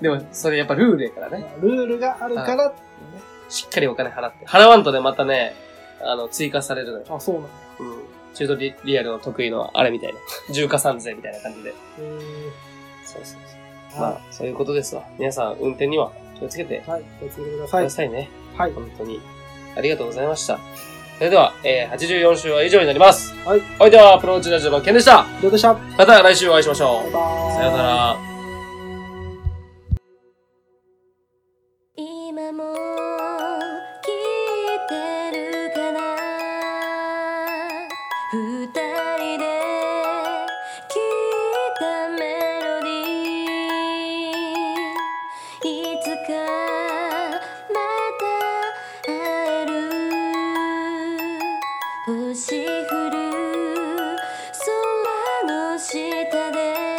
S1: でも、それやっぱルールやからね。
S2: ルールがあるからっていうね。
S1: しっかりお金払って。払わんとね、またね、あの、追加されるのよ。
S2: あ、そうなの。
S1: うん。中途リリアルの得意のあれみたいな。重加算税みたいな感じで。
S2: えー
S1: そうそうそう。ま
S2: は
S1: あ、そういうことですわ。皆さん、運転には気をつけて
S2: い。はい、気をつけてくだ
S1: く
S2: さい
S1: だ。さいね。
S2: はい。
S1: 本当に。ありがとうございました。それでは、えー、84週は以上になります。
S2: はい。
S1: おいでは、アプローチラジオのケンでした。
S2: どうでしたバ
S1: また来週お会いしましょ
S2: イ
S1: う。
S2: バーイ。
S1: さような。ら。
S3: 今も聞いてるかな二人で聞いたメロディー星降る空の下で